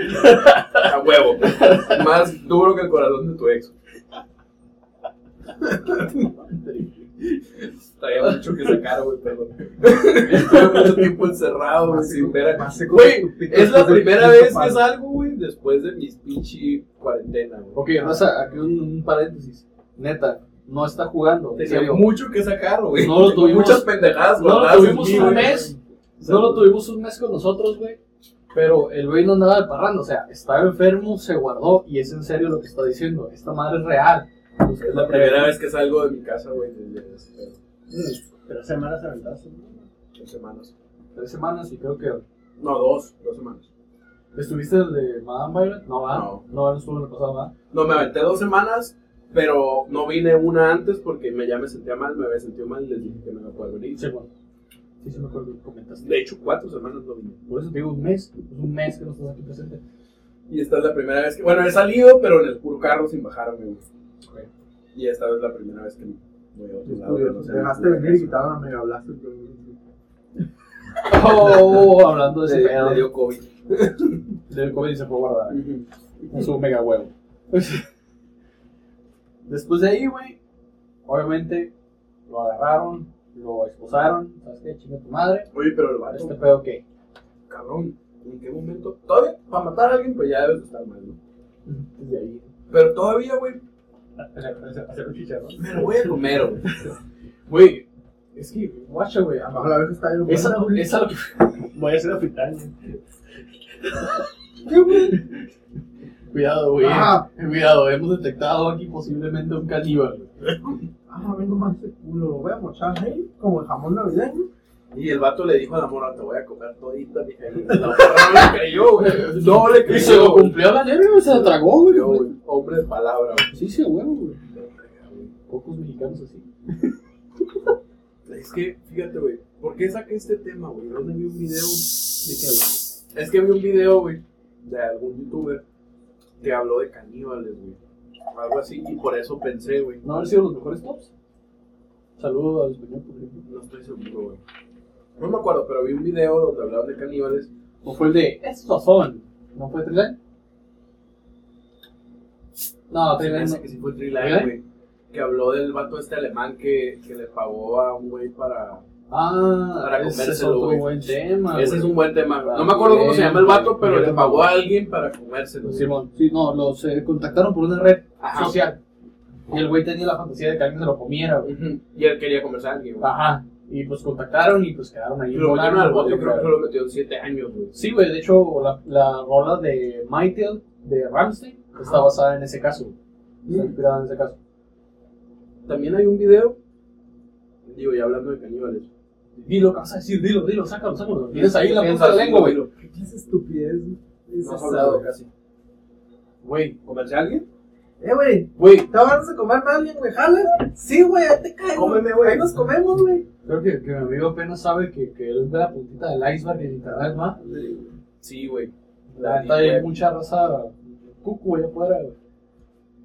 Speaker 2: A huevo. Más duro que el corazón de tu ex. Traía mucho que sacar, güey, perdón. Estuve mucho tiempo encerrado, güey, sin ver a- Güey, es la primera vez que salgo, güey, después de mis pinche cuarentena, güey.
Speaker 1: Ok, Raza, aquí un, un paréntesis. Neta, no está jugando. en
Speaker 2: Tenía
Speaker 1: serio.
Speaker 2: mucho que sacar, güey.
Speaker 1: No lo
Speaker 2: Tengo
Speaker 1: tuvimos-
Speaker 2: Muchas pendejadas,
Speaker 1: No lo
Speaker 2: guardadas en
Speaker 1: tuvimos
Speaker 2: mí,
Speaker 1: un
Speaker 2: güey.
Speaker 1: mes. No lo tuvimos un mes con nosotros, güey. Pero el güey no andaba de parrando, o sea, estaba enfermo, se guardó y es en serio lo que está diciendo. Esta madre es real. Pues,
Speaker 2: Es la primera vez que salgo de mi casa, güey, desde hace, eh,
Speaker 3: Pero semanas aventaste.
Speaker 2: dos semanas.
Speaker 1: Tres semanas y creo que.
Speaker 2: No, dos, dos semanas.
Speaker 1: ¿Estuviste el de Madame Violet? No, ¿verdad?
Speaker 2: No.
Speaker 1: No, no estuvo en el pasado, ¿verdad?
Speaker 2: No, me aventé dos semanas, pero no vine una antes porque me, ya me sentía mal, me había sentido mal y les dije que no iba a poder venir.
Speaker 1: Sí, bueno. Sí, sí, me acuerdo que comentaste.
Speaker 2: De hecho, cuatro semanas no vine.
Speaker 1: Por eso te digo un mes. Es un mes que no estás aquí presente.
Speaker 2: Y esta es la primera vez que. Bueno, he salido, pero en el puro carro sin bajarme, güey. Y esta es la primera vez que me voy a otro lado. que no sea mi
Speaker 4: Dejaste
Speaker 2: puro
Speaker 4: venir y
Speaker 2: casa.
Speaker 4: quitaron a Mega Blaster.
Speaker 1: Oh, hablando de ese
Speaker 2: Le-
Speaker 1: pedo.
Speaker 2: le dio COVID.
Speaker 1: Del COVID y se fue a guardar.
Speaker 2: Ujú.
Speaker 1: con su mega huevo. Después de ahí, güey, obviamente lo agarraron, lo esposaron, ¿sabes qué? Chinga tu madre.
Speaker 2: Oye, pero el vato,
Speaker 1: Este pedo que.
Speaker 2: cabrón, ¿en qué momento? Todavía, para matar a alguien, pues ya debes de estar mal, ¿no?
Speaker 1: Desde ahí.
Speaker 2: Pero todavía, güey,
Speaker 3: Hacer un chicharrón.
Speaker 2: me lo voy a comer, güey.
Speaker 1: Güey, es que, guacha, güey. a
Speaker 4: Bajo
Speaker 1: lo-
Speaker 4: la vez está bien.
Speaker 1: Esa, esa lo que.
Speaker 3: Voy a hacer la fritanga.
Speaker 1: Cuidado, güey.
Speaker 4: Ah.
Speaker 1: Cuidado, hemos detectado aquí posiblemente un caníbal. güey.
Speaker 4: Ah, vengo más de culo. Lo voy a mochar ahí, como el jamón navideño.
Speaker 2: Y el vato le dijo a la mora, te voy a comer todita, mija. Y La morra no le creyó, güey. No le creyó.
Speaker 1: Y se lo cumplió la verga, güey, se la tragó, güey.
Speaker 2: Yo, güey, Hombre de palabra, güey.
Speaker 1: Sí, sí, huevo, güey. Pocos mexicanos así.
Speaker 2: Es que, fíjate, güey, ¿por qué saqué este tema, güey? ¿Dónde vi un video? ¿De qué, güey? Es que vi un video, güey, de algún youtuber que habló de caníbales, güey. Algo así, y por eso pensé, güey.
Speaker 1: ¿No han sido los mejores tops? Saludos al español, por ejemplo.
Speaker 2: No estoy seguro, güey. No me acuerdo, pero vi un video donde hablaban de caníbales.
Speaker 1: ¿O fue el de estos son? ¿No fue Trilán? No,
Speaker 2: Se me
Speaker 1: Trilán
Speaker 2: hace
Speaker 1: no.
Speaker 2: que sí fue Triline,
Speaker 1: ¿Really?
Speaker 2: güey. Que habló del vato este alemán que, que le pagó a un güey para...
Speaker 1: Ah,
Speaker 2: Para
Speaker 1: ese es
Speaker 2: comérselo,
Speaker 1: otro
Speaker 2: güey.
Speaker 1: buen tema.
Speaker 2: Ese
Speaker 1: Ah, güey. Ah,
Speaker 2: es un buen tema, güey. No me acuerdo cómo se llama el vato, pero le pagó a alguien para comérselo. güey.
Speaker 1: Simón, sí, no, los eh, contactaron por una red
Speaker 2: Ajá.
Speaker 1: social. Y el güey tenía la fantasía de que alguien se lo comiera, güey.
Speaker 2: Ujú. Y él quería comerse a alguien, güey.
Speaker 1: Ajá. Y pues contactaron y pues quedaron ahí.
Speaker 2: Y lo metieron al bote, yo creo que
Speaker 1: güey.
Speaker 2: solo metió en 7 años, güey.
Speaker 1: Sí, güey, de hecho, la, la rola de Michael de Ramstein está basada en ese caso. güey. Está
Speaker 2: Mm.
Speaker 1: inspirada en ese caso.
Speaker 2: También hay un video, digo, ya hablando de caníbales.
Speaker 1: Dilo, ¿qué vas a decir? Dilo, dilo, sácalo, sácalo. Tienes ahí la punta
Speaker 2: Piensa,
Speaker 1: de la lengua, güey.
Speaker 4: ¿Qué es estupidez? Es
Speaker 2: No has
Speaker 4: asado.
Speaker 2: hablado casi.
Speaker 1: Güey,
Speaker 2: ¿Comerse a alguien?
Speaker 4: Eh, güey.
Speaker 1: güey,
Speaker 4: ¿Te vas a comer a alguien, güey? ¿Jalas? Sí, güey, ahí te caigo.
Speaker 2: Cómeme, güey.
Speaker 4: Ahí nos comemos, güey.
Speaker 1: Creo que, que mi amigo apenas sabe que, que él ve la puntita del iceberg en internet, ¿no?
Speaker 2: Sí, güey.
Speaker 1: La neta hay mucha raza cucu allá afuera, güey.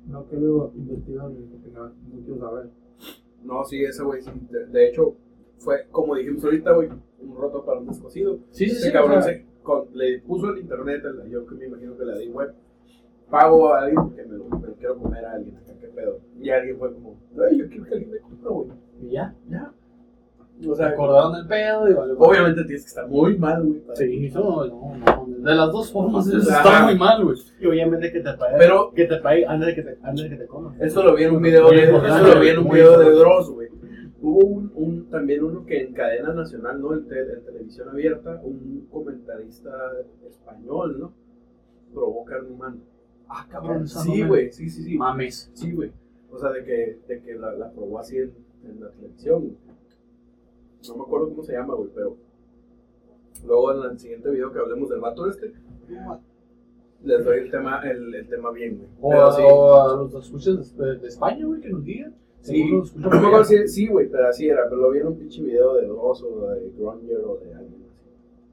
Speaker 4: No quiero investigar, güey, porque no, no quiero saber.
Speaker 2: No, sí, ese güey, sí. De, de hecho, fue, como dijimos ahorita, güey, un roto para un descosido.
Speaker 1: Sí, sí,
Speaker 2: Ese
Speaker 1: sí.
Speaker 2: cabrón
Speaker 1: o sea,
Speaker 2: se, con- le puso el internet, el- yo que me imagino que la di web. Pago a alguien porque me lo, me lo quiero comer a alguien, acá, qué pedo. Y alguien fue como, ay, yo quiero que alguien me coma, güey.
Speaker 1: y ya.
Speaker 2: Ya. O
Speaker 1: Se
Speaker 2: sea,
Speaker 1: acordaron del pedo y vale. vale.
Speaker 2: obviamente tienes que estar muy mal, güey. para-
Speaker 1: Sí, no, no, no. De las dos formas eso
Speaker 2: Ajá.
Speaker 1: está muy mal, güey.
Speaker 3: Y obviamente que te pague.
Speaker 2: Pero-
Speaker 3: Que te pague antes de que te, antes de que te coman.
Speaker 2: Esto lo vi en un video de, esto lo vi en un video de Dross, güey. Hubo un, un- también uno que en cadena nacional, ¿no? En, te- en televisión abierta, un comentarista español, ¿no? Probó carne humana.
Speaker 1: Ah,
Speaker 2: Sí, güey, sí, sí, sí.
Speaker 1: Mames.
Speaker 2: Sí, güey. O sea, de que, de que la, la probó así en, en la televisión. güey. No me acuerdo cómo se llama, güey, pero. Luego en el siguiente video que hablemos del vato este, les doy el tema, el, el tema bien, güey.
Speaker 1: O,
Speaker 2: Pero
Speaker 1: a-
Speaker 2: sí.
Speaker 1: o a los escuchas de, de España, güey, que nos digan.
Speaker 2: Sí,
Speaker 1: Seguro los
Speaker 2: no
Speaker 1: escuchan
Speaker 2: me
Speaker 1: por allá.
Speaker 2: acuerdo si- sí, güey, pero así era, pero lo vi en un pinche video de Dross o de Grunger o de alguien así.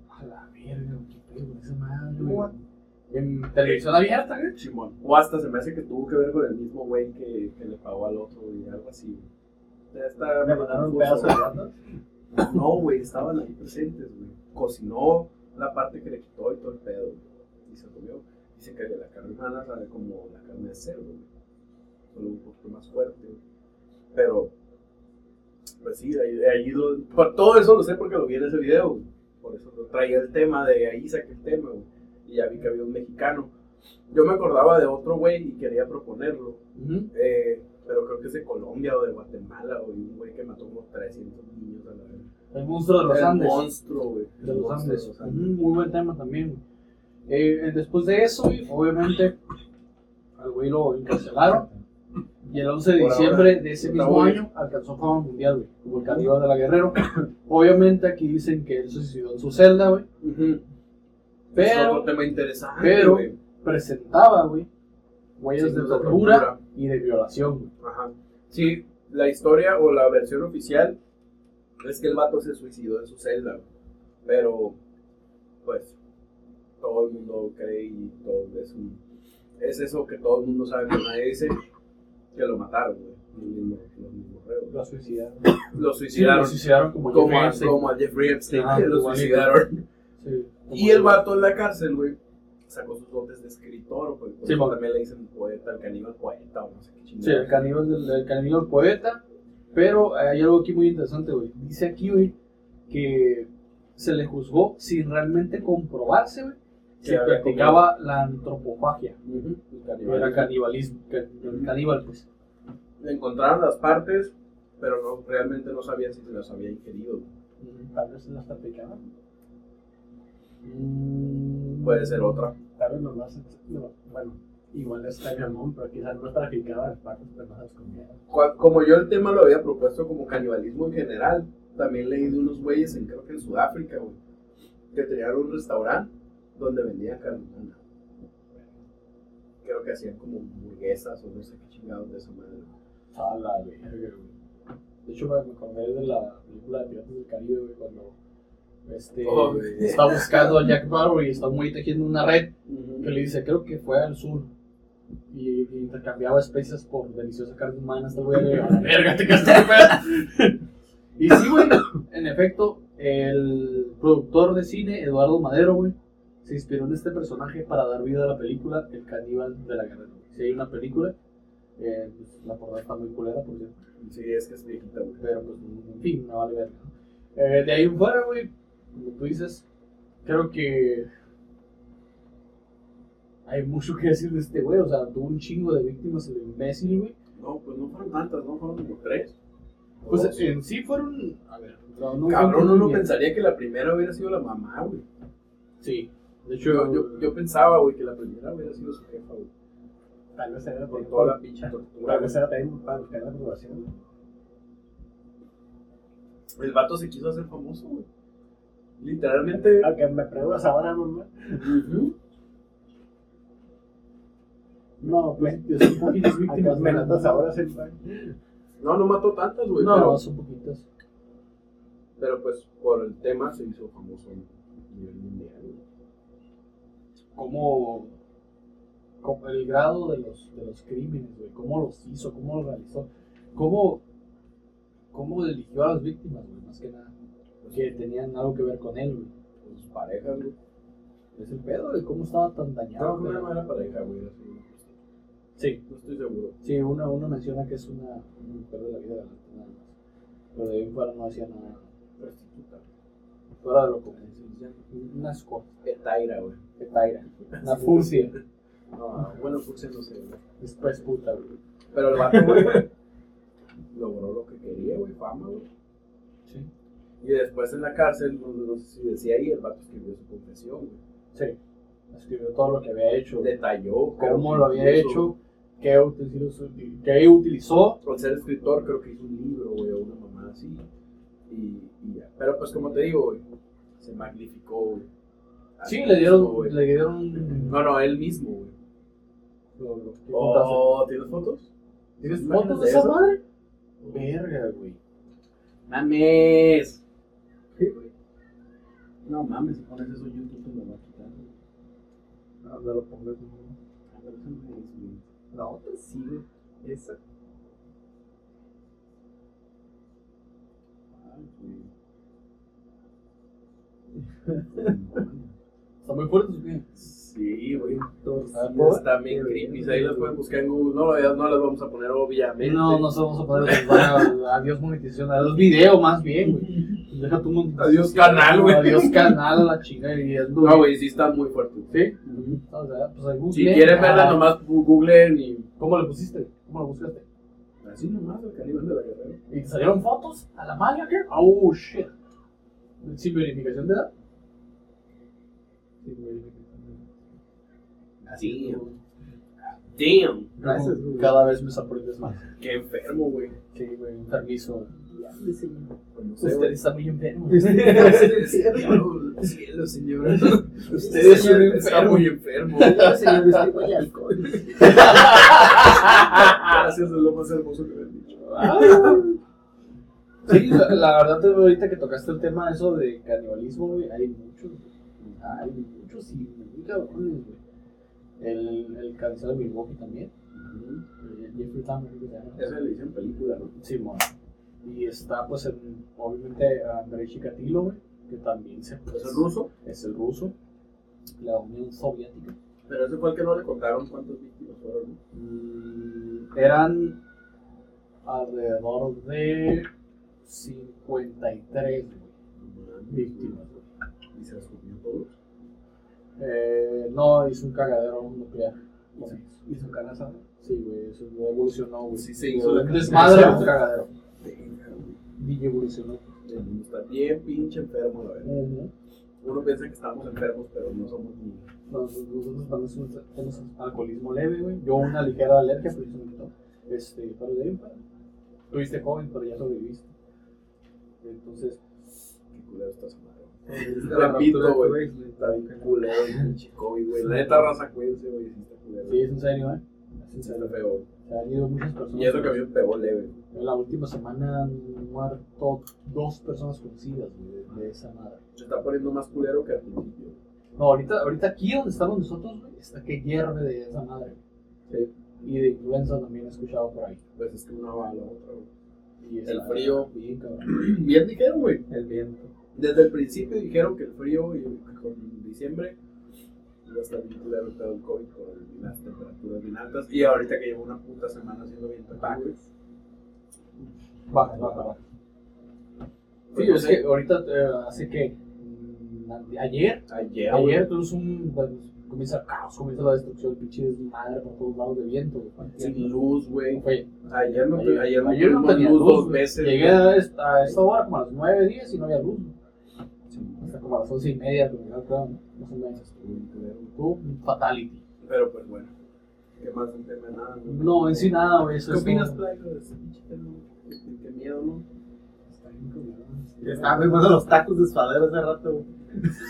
Speaker 1: A la verga, güey, qué pedo con esa madre,
Speaker 4: What?
Speaker 1: güey. En televisión abierta, güey.
Speaker 2: Simón. O hasta se me hace que tuvo que ver con el mismo güey que, que le pagó al otro y algo así. güey. O sea, está
Speaker 3: Me mandaron un
Speaker 2: confuso,
Speaker 3: pedazo de ratas.
Speaker 2: güey. No, güey, estaban ahí presentes, güey. Cocinó la parte que le quitó y todo el pedo, güey. Y se comió. Dice que la carne humana sabe como la carne de cerdo, güey. Solo un poquito más fuerte, güey. Pero, pues sí, ahí, ahí lo- por todo eso lo sé porque lo vi en ese video, güey. Por eso lo traía el tema, de ahí saqué el tema, güey. Y ya vi que había un mexicano. Yo me acordaba de otro güey y quería proponerlo.
Speaker 1: Ujú.
Speaker 2: Eh, pero creo que es de Colombia o de Guatemala, güey. Un güey que mató como 300 niños a la vez.
Speaker 1: El monstruo de los
Speaker 2: el
Speaker 1: Andes.
Speaker 2: monstruo, güey.
Speaker 1: de los
Speaker 2: Monstruo
Speaker 1: Andes. Ujú, muy buen tema también. güey. Eh, eh, después de eso, güey, obviamente, al güey lo encarcelaron. Y el 11 de
Speaker 2: Por
Speaker 1: diciembre
Speaker 2: ahora,
Speaker 1: de ese
Speaker 2: por
Speaker 1: mismo
Speaker 2: ahora.
Speaker 1: año alcanzó fama mundial, güey, como el caníbal de la Guerrero. obviamente aquí dicen que él se suicidó en su celda, güey.
Speaker 2: Ujú. es
Speaker 1: Pero
Speaker 2: otro tema interesante,
Speaker 1: pero-
Speaker 2: güey.
Speaker 1: presentaba, güey, huellas
Speaker 2: Sí,
Speaker 1: de
Speaker 2: de
Speaker 1: tortura
Speaker 2: tortura.
Speaker 1: y de violación, güey.
Speaker 2: Ajá. Sí, la historia o la versión oficial es que el vato se suicidó en su celda, güey. pero pues todo el mundo cree y todo es un- es eso que todo el mundo sabe, pero nadie dice que lo mataron, güey. Los mismos- los mismos reos.
Speaker 1: Lo suicidaron.
Speaker 2: Lo
Speaker 1: Sí, lo
Speaker 2: suicidaron.
Speaker 1: suicidaron como
Speaker 2: como,
Speaker 1: Jeffrey
Speaker 2: a,
Speaker 1: Epstein.
Speaker 2: como a Jeffrey Epstein,
Speaker 1: Ah,
Speaker 2: que lo
Speaker 1: igualito.
Speaker 2: suicidaron.
Speaker 1: Sí, como
Speaker 2: Y el vato en la cárcel, güey, sacó sus dotes de escritor, pues,
Speaker 1: Sí, mo.
Speaker 2: también le dicen poeta, el caníbal poeta, o no sé qué
Speaker 1: Sí, el
Speaker 2: chingada.
Speaker 1: caníbal del el caníbal poeta. Pero hay algo aquí muy interesante, güey. Dice aquí, güey, que se le juzgó sin realmente comprobarse, güey,
Speaker 2: Que
Speaker 1: si
Speaker 2: había
Speaker 1: practicaba la antropofagia.
Speaker 2: Ujú, el
Speaker 1: que
Speaker 2: caníbal.
Speaker 1: Era canibalismo, ca- el caníbal, pues.
Speaker 2: Le encontraron las partes, pero no, realmente no sabían si se las había ingerido.
Speaker 3: Tal vez no está picada.
Speaker 2: Puede
Speaker 1: Mm,
Speaker 2: ser otra.
Speaker 3: Tal vez nomás. no, bueno, igual está gamón, pero quizás no está picada las partes, pero no las comía.
Speaker 2: Cua- Como yo el tema lo había propuesto como canibalismo en general, también leí de unos güeyes en, creo que en Sudáfrica, güey, que tenían un restaurante donde vendían carne humana. Creo que hacían como hamburguesas o no sé qué chingados de esa madre.
Speaker 3: A la verga, güey. De hecho, me acordé de la película de Piratas del Caribe, güey, cuando
Speaker 1: Este,
Speaker 2: Oh, güey.
Speaker 1: está buscando a Jack Barrow y está muy tejiendo una red que le dice, creo que fue al sur. Y, y intercambiaba especias por deliciosa carne humana. Este güey le- a la verga, te quedaste de pedo. Y sí, güey, en efecto, el productor de cine, Eduardo Madero, güey, se inspiró en este personaje para dar vida a la película El caníbal de la guerra. Si hay una película, eh, pues, la portada está muy culera, por cierto.
Speaker 2: Sí, es que es viejita, güey.
Speaker 1: Pero pues, en fin, no vale verga. ¿no? Eh, de ahí en fuera, güey, como tú dices, creo que hay mucho que decir de este güey. O sea, tuvo un chingo de víctimas el imbécil, güey.
Speaker 2: No, pues no fueron tantas, no fueron como tres. o
Speaker 1: Pues
Speaker 2: dos.
Speaker 1: en sí fueron. A ver, no, no
Speaker 2: Cabrón,
Speaker 1: no
Speaker 2: uno pensaría que la primera hubiera sido la mamá, güey.
Speaker 1: Sí. De hecho,
Speaker 2: Yo, yo, yo pensaba, güey, que la primera hubiera sido su jefa, güey.
Speaker 3: tal vez era
Speaker 2: Por
Speaker 3: por
Speaker 2: toda la pinche tortura,
Speaker 3: Tal
Speaker 2: güey.
Speaker 3: vez era también para buscar la aprobación.
Speaker 2: El vato se quiso hacer famoso, güey. Literalmente.
Speaker 3: Aunque me preguntas ahora, mamá. No, pues.
Speaker 1: yo soy poquitas
Speaker 3: Aunque
Speaker 1: víctimas.
Speaker 3: me notas
Speaker 1: ¿no?
Speaker 3: ahora, siempre.
Speaker 2: No, no mató tantas, güey.
Speaker 1: No,
Speaker 2: Pero,
Speaker 1: son poquitas.
Speaker 2: pero pues por el tema se hizo famoso a nivel mundial, güey.
Speaker 1: Como. como el grado de los, de los crímenes, güey. Cómo los hizo, cómo los realizó. Cómo. Cómo eligió a las víctimas, güey, más que nada. Que tenían algo que ver con él, güey. Pues,
Speaker 2: Con sus parejas, güey.
Speaker 1: Es el pedo de cómo estaba tan
Speaker 2: No,
Speaker 1: dañado.
Speaker 2: fue una
Speaker 1: güey.
Speaker 2: mala pareja, güey. era así.
Speaker 1: Sí,
Speaker 2: No estoy seguro.
Speaker 1: sí, uno, uno menciona que es una una mujer de la vida de la Pero de ahí en fuera no hacía nada. prostituta. Fuera de lo común. Una escort,
Speaker 2: Etaira, Eh, güey.
Speaker 1: petaira, una furcia,
Speaker 2: No, ah, bueno, Fuxia no sé, güey.
Speaker 1: después pues puta, güey.
Speaker 2: Pero el vato, güey, logró lo que quería, güey, fama, güey.
Speaker 1: Sí.
Speaker 2: Y después en la cárcel, no, no sé si decía ahí, el vato escribió su confesión, güey.
Speaker 1: Sí. Escribió todo lo que había hecho,
Speaker 2: Detalló
Speaker 1: cómo lo había
Speaker 2: incluso,
Speaker 1: hecho, qué utensilios uti- qué utilizó.
Speaker 2: por ser escritor creo que hizo un libro, güey, o una mamá así. Y, y ya. Pero pues como te digo, güey, se magnificó, güey. A
Speaker 1: Sí,
Speaker 2: sí
Speaker 1: le
Speaker 2: mismo,
Speaker 1: dieron,
Speaker 2: güey.
Speaker 1: le dieron
Speaker 2: No, no, él mismo, güey.
Speaker 1: lo- lo que contaste.
Speaker 2: Oh, ¿tienes fotos?
Speaker 1: ¿Tienes
Speaker 2: ¿Imaginas
Speaker 1: fotos
Speaker 2: de
Speaker 1: de esa
Speaker 2: eso?
Speaker 1: madre? Verga, güey.
Speaker 2: ¡Mames! No mames, si pones eso en YouTube te lo va a quitar. güey.
Speaker 1: Anda, lo pongo.
Speaker 2: Ah, pero eso no es, güey.
Speaker 4: La otra sí, güey. Esa.
Speaker 2: Ay, güey.
Speaker 1: Está muy fuerte su pie.
Speaker 2: Sí, güey.
Speaker 1: Ah,
Speaker 2: Sí, Está bien creepy. Ahí las pueden buscar en Google. No, ya no las vamos a poner, obviamente.
Speaker 1: No, no se vamos a poder. van a- Adiós monetización, adiós video más bien, güey. Deja tu monetización.
Speaker 2: Adiós, canal, güey.
Speaker 1: Adiós canal, a la chinga y es duro.
Speaker 2: No, güey, sí está muy fuerte.
Speaker 1: ¿Sí? O sea, pues ahí
Speaker 2: Si
Speaker 1: busquen.
Speaker 2: quieren verla,
Speaker 1: Ah,
Speaker 2: nomás bu- googleen y.
Speaker 1: ¿Cómo le pusiste? ¿Cómo lo buscaste?
Speaker 2: Así nomás, el calibre de la guerrera.
Speaker 1: ¿Y te salieron fotos? ¿A la madre o qué? Oh, shit. ¿Sin verificación de edad? Sin verificación de edad.
Speaker 2: Así. Damn.
Speaker 4: Gracias, güey.
Speaker 1: Cada vez me sorprendes más.
Speaker 2: Qué enfermo, güey.
Speaker 1: Sí, güey, un permiso.
Speaker 4: Diable, señor.
Speaker 2: Pues no sé,
Speaker 1: Usted
Speaker 2: güey.
Speaker 1: está muy enfermo.
Speaker 2: Ustedes. Cielo, señora. Ustedes
Speaker 1: Señor
Speaker 2: está
Speaker 1: enfermo.
Speaker 2: muy enfermo.
Speaker 4: Diable, señor, usted huele a alcohol.
Speaker 2: Gracias, es lo más hermoso que me han dicho.
Speaker 1: Sí, la, la verdad, te- ahorita que tocaste el tema eso de canibalismo, güey, hay muchos, güey. hay muchos y muy cabrones, güey. El, el cabezado de Milwaukee también, el Jeffrey Tambor, creo que se llama.
Speaker 2: Eso le dicen película, ¿no?
Speaker 1: Simón. Y está, pues, el- obviamente, Andrei Chikatilo, güey, que también se,
Speaker 2: Es el ruso.
Speaker 1: es el ruso, la Unión Soviética.
Speaker 2: Pero ese fue el que no le contaron cuántas víctimas fueron. ¿no?
Speaker 1: Mm, eran alrededor de 53 güey, víctimas. güey.
Speaker 2: Y se las comió todos.
Speaker 1: Eh, no, hizo un cagadero nuclear.
Speaker 2: ¿Y su cara sabe?
Speaker 1: Sí, güey, eso evolucionó, güey.
Speaker 2: Sí, se hizo
Speaker 1: un
Speaker 2: la-
Speaker 1: desmadre,
Speaker 2: Sí.
Speaker 1: un cagadero.
Speaker 2: Venga, güey.
Speaker 1: Y evolucionó.
Speaker 2: El mundo está bien pinche enfermo, la verdad. Uno piensa que estamos enfermos, pero no somos ni.
Speaker 1: Nosotros nosotros también somos- tenemos alcoholismo leve, güey. Yo una ligera alergia, pero eso me quitó. Este, pero de ahí, para. Tuviste joven, pero ya sobreviviste. Entonces,
Speaker 2: Qué culero estás madre.
Speaker 4: La
Speaker 2: Repito,
Speaker 4: captura
Speaker 2: güey.
Speaker 4: de Craigslist.
Speaker 2: Está bien culero el pinche COVID, güey. La neta raza, cuídense, güey. Sí, está culero.
Speaker 1: sí, es en serio, ¿eh? Es en
Speaker 2: Sí,
Speaker 1: serio.
Speaker 2: está feo.
Speaker 1: Se han ido muchas personas.
Speaker 2: Y eso que a mí me pegó leve.
Speaker 1: En la última semana han muerto dos personas conocidas, güey, de, de esa madre.
Speaker 2: Se está poniendo más culero que al principio.
Speaker 1: No, ahorita, ahorita aquí donde estamos nosotros, güey, está que hierve de esa madre. güey. Y de influenza también he escuchado por ahí.
Speaker 2: Pues es que una va a la otra, güey.
Speaker 1: Y
Speaker 2: El
Speaker 1: está
Speaker 2: frío.
Speaker 1: Bien, cabrón.
Speaker 2: Bien dijeron, güey.
Speaker 4: El viento.
Speaker 2: Desde el principio dijeron que el frío y con diciembre iba a estar bien culero todo el COVID por el- las temperaturas bien altas. Y ahorita que llevo una puta semana haciendo viento aquí, güey.
Speaker 1: Baja, baja, baja. Sí,
Speaker 2: Pues, no
Speaker 1: es
Speaker 2: sé,
Speaker 1: que ahorita, eh, hace que. mm, ante- ayer,
Speaker 2: Ayer, güey.
Speaker 1: ayer tuvimos un. pues, comienza el caos, comienza la destrucción, pinche desmadre por todos lados de viento, güey.
Speaker 2: Sin luz, güey.
Speaker 1: Fue
Speaker 2: Ayer no,
Speaker 1: Ayer,
Speaker 2: te- ayer no
Speaker 1: ayer no
Speaker 2: tuvimos
Speaker 1: tenía
Speaker 2: luz,
Speaker 1: luz,
Speaker 2: dos
Speaker 1: güey.
Speaker 2: veces.
Speaker 1: Llegué a esta, a esta hora como a las 9, 10 y no había luz. Hasta como a las 11 y media, pero ya, claro, más o menos. Tuvo un fatality.
Speaker 2: Pero pues bueno. ¿Qué más del tema? Nada.
Speaker 1: No, en sí nada, güey. Eso
Speaker 2: ¿Qué
Speaker 1: es
Speaker 2: opinas,
Speaker 1: todo.
Speaker 2: Playo, de ese pinche tema? Qué- Qué miedo, ¿no?
Speaker 4: Yo estaba firmando los tacos de suadero hace rato, güey.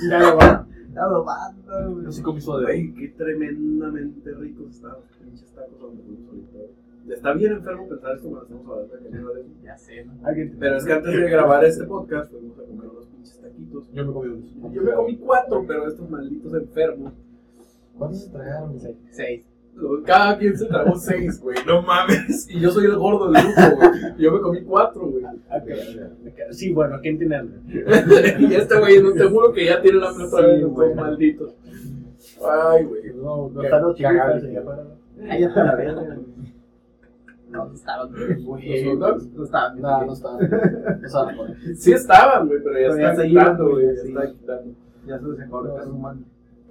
Speaker 1: Ya lo va.
Speaker 4: Ya lo mando, güey.
Speaker 1: Yo sí comí suadero.
Speaker 2: Güey, qué tremendamente ricos están los pinches tacos donde uno solito. güey. Está bien enfermo pensar esto cuando estamos hablando de que no de
Speaker 4: Ya sé, ¿no?
Speaker 1: Alguien-
Speaker 2: Pero es que antes de grabar este podcast fuimos a comer unos pinches taquitos.
Speaker 1: Yo me comí unos.
Speaker 2: Yo me comí cuatro, pero estos malditos enfermos.
Speaker 1: ¿Cuántos se tragaron? güey?
Speaker 4: Seis.
Speaker 2: Cada quien se tragó seis, güey. No mames. Y yo soy el gordo del grupo, güey. Yo me comí cuatro, güey.
Speaker 1: Ah,
Speaker 3: Sí, bueno, ¿a quién tiene hambre?
Speaker 2: y este güey, no te juro que ya tiene la plata
Speaker 1: Sí,
Speaker 2: de los
Speaker 1: güey.
Speaker 2: dos malditos. Ay, güey.
Speaker 1: No, no
Speaker 3: Están los
Speaker 1: cagable.
Speaker 3: chiquitos, ya para.
Speaker 4: Ahí está la verga, güey.
Speaker 5: No, estaban bien.
Speaker 2: ¿Los hot dogs?
Speaker 5: No estaban bien.
Speaker 1: Pues, eh, No, no estaba. No estaba por ahí.
Speaker 2: Sí estaban, güey, pero ya
Speaker 4: Pero ya
Speaker 2: están
Speaker 4: se
Speaker 2: quitando,
Speaker 4: iban,
Speaker 2: güey.
Speaker 4: güey,
Speaker 2: Ya
Speaker 4: sí.
Speaker 2: están quitando.
Speaker 4: Ya se les corta su mano.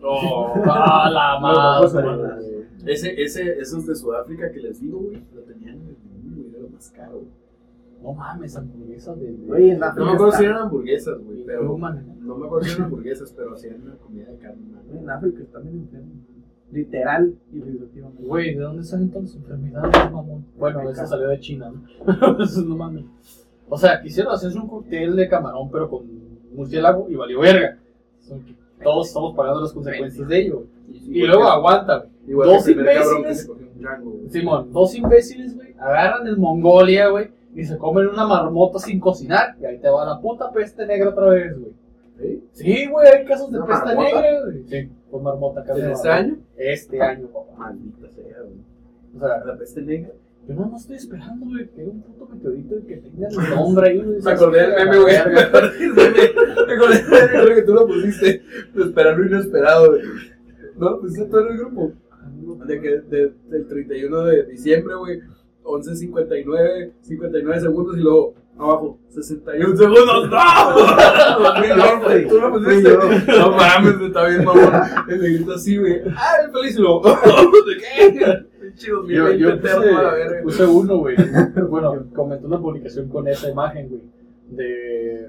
Speaker 2: Oh,
Speaker 1: ¡Ah, la madre!
Speaker 2: ese, ese, esos de Sudáfrica que les digo, güey, lo tenían en el menú, güey, era lo más caro. güey.
Speaker 1: No mames, hamburguesas de. de-
Speaker 4: Oye, en la
Speaker 2: No me acuerdo si eran hamburguesas, güey,
Speaker 1: No
Speaker 2: pero.
Speaker 1: mames.
Speaker 2: No me acuerdo si eran hamburguesas, pero hacían una comida de carne, man.
Speaker 4: En África están bien enfermos. Literal y figurativamente.
Speaker 1: Güey, ¿de dónde salen todas las enfermedades, mamón? Bueno, eso salió de China, ¿no? Eso no mames. O sea, quisieron hacerse un cóctel de camarón, pero con murciélago y valió verga. Son- Todos estamos pagando las consecuencias de ello. Y luego aguanta, güey.
Speaker 2: Igual que
Speaker 1: dos
Speaker 2: el primer cabrón que
Speaker 1: imbéciles.
Speaker 2: se cogió un Django, güey.
Speaker 1: Simón, dos imbéciles, güey, agarran el Mongolia, güey, y se comen una marmota sin cocinar. Y ahí te va la puta peste negra otra vez, güey.
Speaker 2: ¿Sí?
Speaker 1: Sí, güey, hay casos de
Speaker 2: ¿Una
Speaker 1: peste
Speaker 2: marmota?
Speaker 1: negra, güey. Sí, con marmota casi.
Speaker 2: ¿En este año?
Speaker 1: Este año, papá.
Speaker 2: Maldita sea, güey.
Speaker 1: O sea,
Speaker 2: La peste negra.
Speaker 1: Yo nada más estoy esperando, güey, que un puto meteorito y que tenga el nombre ahí, güey.
Speaker 2: Me acordé del meme, güey. Me acordé del meme. Me acordé del meme que tú lo pusiste. Lo esperar lo inesperado, güey. No lo pusiste todo en el grupo. De que de- del 31 de diciembre, güey. 11.59, 59 segundos y luego abajo 61 segundos. ¡No! Fui yo, güey. Tú lo pusiste. No mames, está bien, mamón. El negrito así, güey. ¡Ay, feliz! Y luego, ¿de qué? Chido,
Speaker 1: Yo,
Speaker 2: mira,
Speaker 1: yo
Speaker 2: intenté
Speaker 1: puse,
Speaker 2: a la verga.
Speaker 1: puse uno, güey. Bueno, comentó una publicación con esa imagen, güey. De.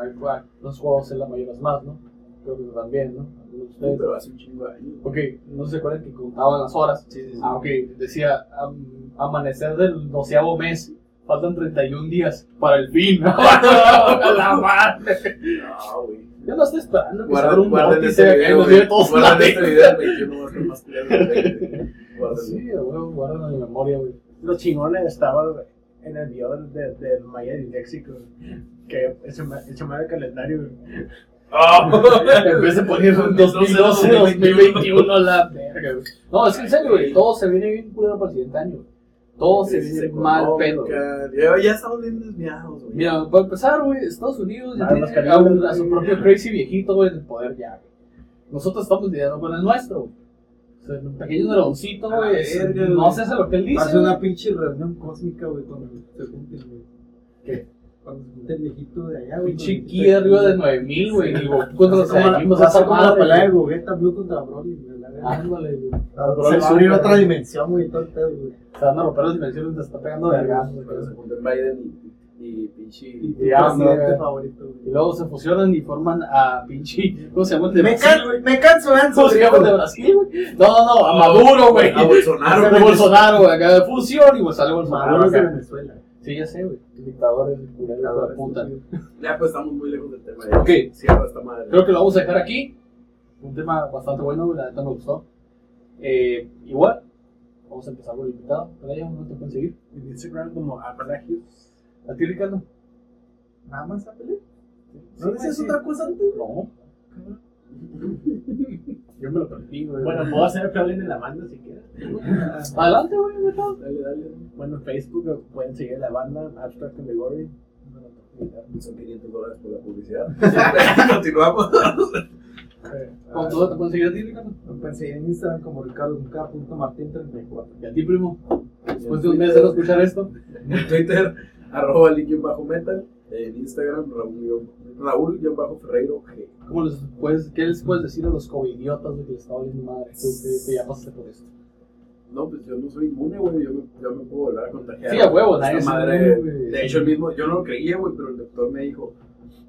Speaker 1: ay, güey, Los juegos en la mayoras más, ¿no? Creo que también, ¿no? Algunos de ustedes.
Speaker 2: Pero hace un chingo de años.
Speaker 1: Ok, no se acuerdan que contaban las horas. Ah, ok, decía am- amanecer del doceavo mes. Faltan 31 días para el fin. ¡A la madre!
Speaker 2: No, güey.
Speaker 1: Yo no estoy esperando que se abra
Speaker 2: Guarden,
Speaker 1: un
Speaker 2: guarden
Speaker 1: bote y
Speaker 2: este
Speaker 1: se caiga
Speaker 2: video,
Speaker 1: los
Speaker 2: güey.
Speaker 1: días todos
Speaker 2: Guarden
Speaker 1: lados.
Speaker 2: este video, güey. Yo no voy a estar más culero que el 20. Guárdenlo.
Speaker 1: Sí, a huevo, guardan en mi memoria, güey.
Speaker 3: Los chingones estaban en el video de- del Maya Disléxico. Que ese ma- ese mal el calendario. güey.
Speaker 1: En vez de poner un 2012, 2021, la verga, güey. No, es que en serio, güey. Todo se viene bien culero para el siguiente año, güey. Todo se
Speaker 2: Crisis
Speaker 1: viene mal
Speaker 2: económica.
Speaker 1: pedo, güey.
Speaker 2: Ya, ya estamos bien desviados, güey.
Speaker 1: Mira, para empezar, güey, Estados Unidos ya
Speaker 3: Ah, los
Speaker 1: tiene a,
Speaker 3: caníbales,
Speaker 1: un- a su
Speaker 3: güey.
Speaker 1: propio crazy viejito, güey, en el poder ya, güey. Nosotros estamos lidiando con el nuestro, güey. O sea, un pequeño dragoncito,
Speaker 2: A la
Speaker 1: güey. es-
Speaker 4: verga,
Speaker 1: No
Speaker 4: güey.
Speaker 1: se hace lo que él
Speaker 4: Va a
Speaker 1: dice,
Speaker 4: ser una
Speaker 1: güey.
Speaker 4: pinche reunión cósmica, güey, cuando se junten, güey.
Speaker 1: ¿Qué?
Speaker 4: Cuando se junte el viejito de allá, güey.
Speaker 1: Pinche
Speaker 4: con el-
Speaker 1: Ki arriba de 9000, güey. Y Goku contra los
Speaker 3: Así como la-
Speaker 1: Saiyajin, o sea,
Speaker 4: Va a ser como la
Speaker 1: madre,
Speaker 4: pelea de
Speaker 1: güey.
Speaker 4: Gogeta Blue contra Broly, güey. la verga.
Speaker 1: Ándale, güey.
Speaker 4: Se va a abrir otra dimensión, güey, y todo el pedo, güey.
Speaker 1: Se van a romper las dimensiones, te está pegando de gas, güey.
Speaker 2: Cuando se juntan Biden y, y pinche.
Speaker 4: Y tu
Speaker 1: Ya,
Speaker 4: presidente
Speaker 1: no.
Speaker 4: favorito,
Speaker 1: Y
Speaker 4: güey.
Speaker 1: luego se fusionan y forman a pinche. ¿Cómo se llama el de
Speaker 4: Me,
Speaker 1: Brasil?
Speaker 4: can,
Speaker 1: güey?
Speaker 4: me canso,
Speaker 1: ¿Cómo se llama el de Brasil, güey? No, no, no, a Maduro, güey.
Speaker 2: A Bolsonaro,
Speaker 1: A Bolsonaro, güey. Acá de fusión y pues sale Bolsonaro.
Speaker 4: Maduro es de
Speaker 1: acá.
Speaker 4: Venezuela.
Speaker 1: Sí, ya sé, güey. Dictadores, culeros, de puta.
Speaker 2: Ya, pues estamos muy lejos del tema. ya.
Speaker 1: Ok.
Speaker 2: Cierra esta madre.
Speaker 1: Creo que lo vamos a dejar aquí. Un tema bastante bueno, güey, la neta me gustó. Eh, igual, vamos a empezar con el invitado. Para allá, no te pueden seguir.
Speaker 3: En Instagram como ah, Apalagios.
Speaker 1: ¿A ti, Ricardo?
Speaker 4: Nada más a pelear.
Speaker 1: Sí,
Speaker 4: ¿No decías
Speaker 1: sí.
Speaker 4: otra cosa antes?
Speaker 1: No. Yo me lo perdí, güey.
Speaker 3: Bueno, puedo hacer plugin en la banda si quieres.
Speaker 1: pues, adelante, güey, invitado.
Speaker 2: Dale, dale.
Speaker 3: Bueno, en Facebook pueden seguir la banda Abstract and the Glory.
Speaker 2: Son 500 dólares por la publicidad. Siempre. Continuamos.
Speaker 1: ¿Con todo te pueden seguir a ti, Ricardo?
Speaker 4: Lo pensé pues, en Instagram como ricardo.martin34.
Speaker 1: Y a ti, primo. Después de un mes de no escuchar esto.
Speaker 2: En Twitter, arroba link-metal. En Instagram, Raúl- Raúl-Ferreiro G.
Speaker 1: ¿Cómo les puedes, ¿Qué les puedes decir a los covidiotas de que les está valiendo madre? Tú que, que ya pasaste por esto.
Speaker 2: No, pues yo no soy inmune, güey. Yo me, yo me puedo volver a contagiar.
Speaker 1: Sí, a huevo,
Speaker 2: Esta
Speaker 1: nadie es
Speaker 2: madre,
Speaker 1: inmune, güey.
Speaker 2: De hecho, el mismo, yo no lo creía, güey, pero el doctor me dijo: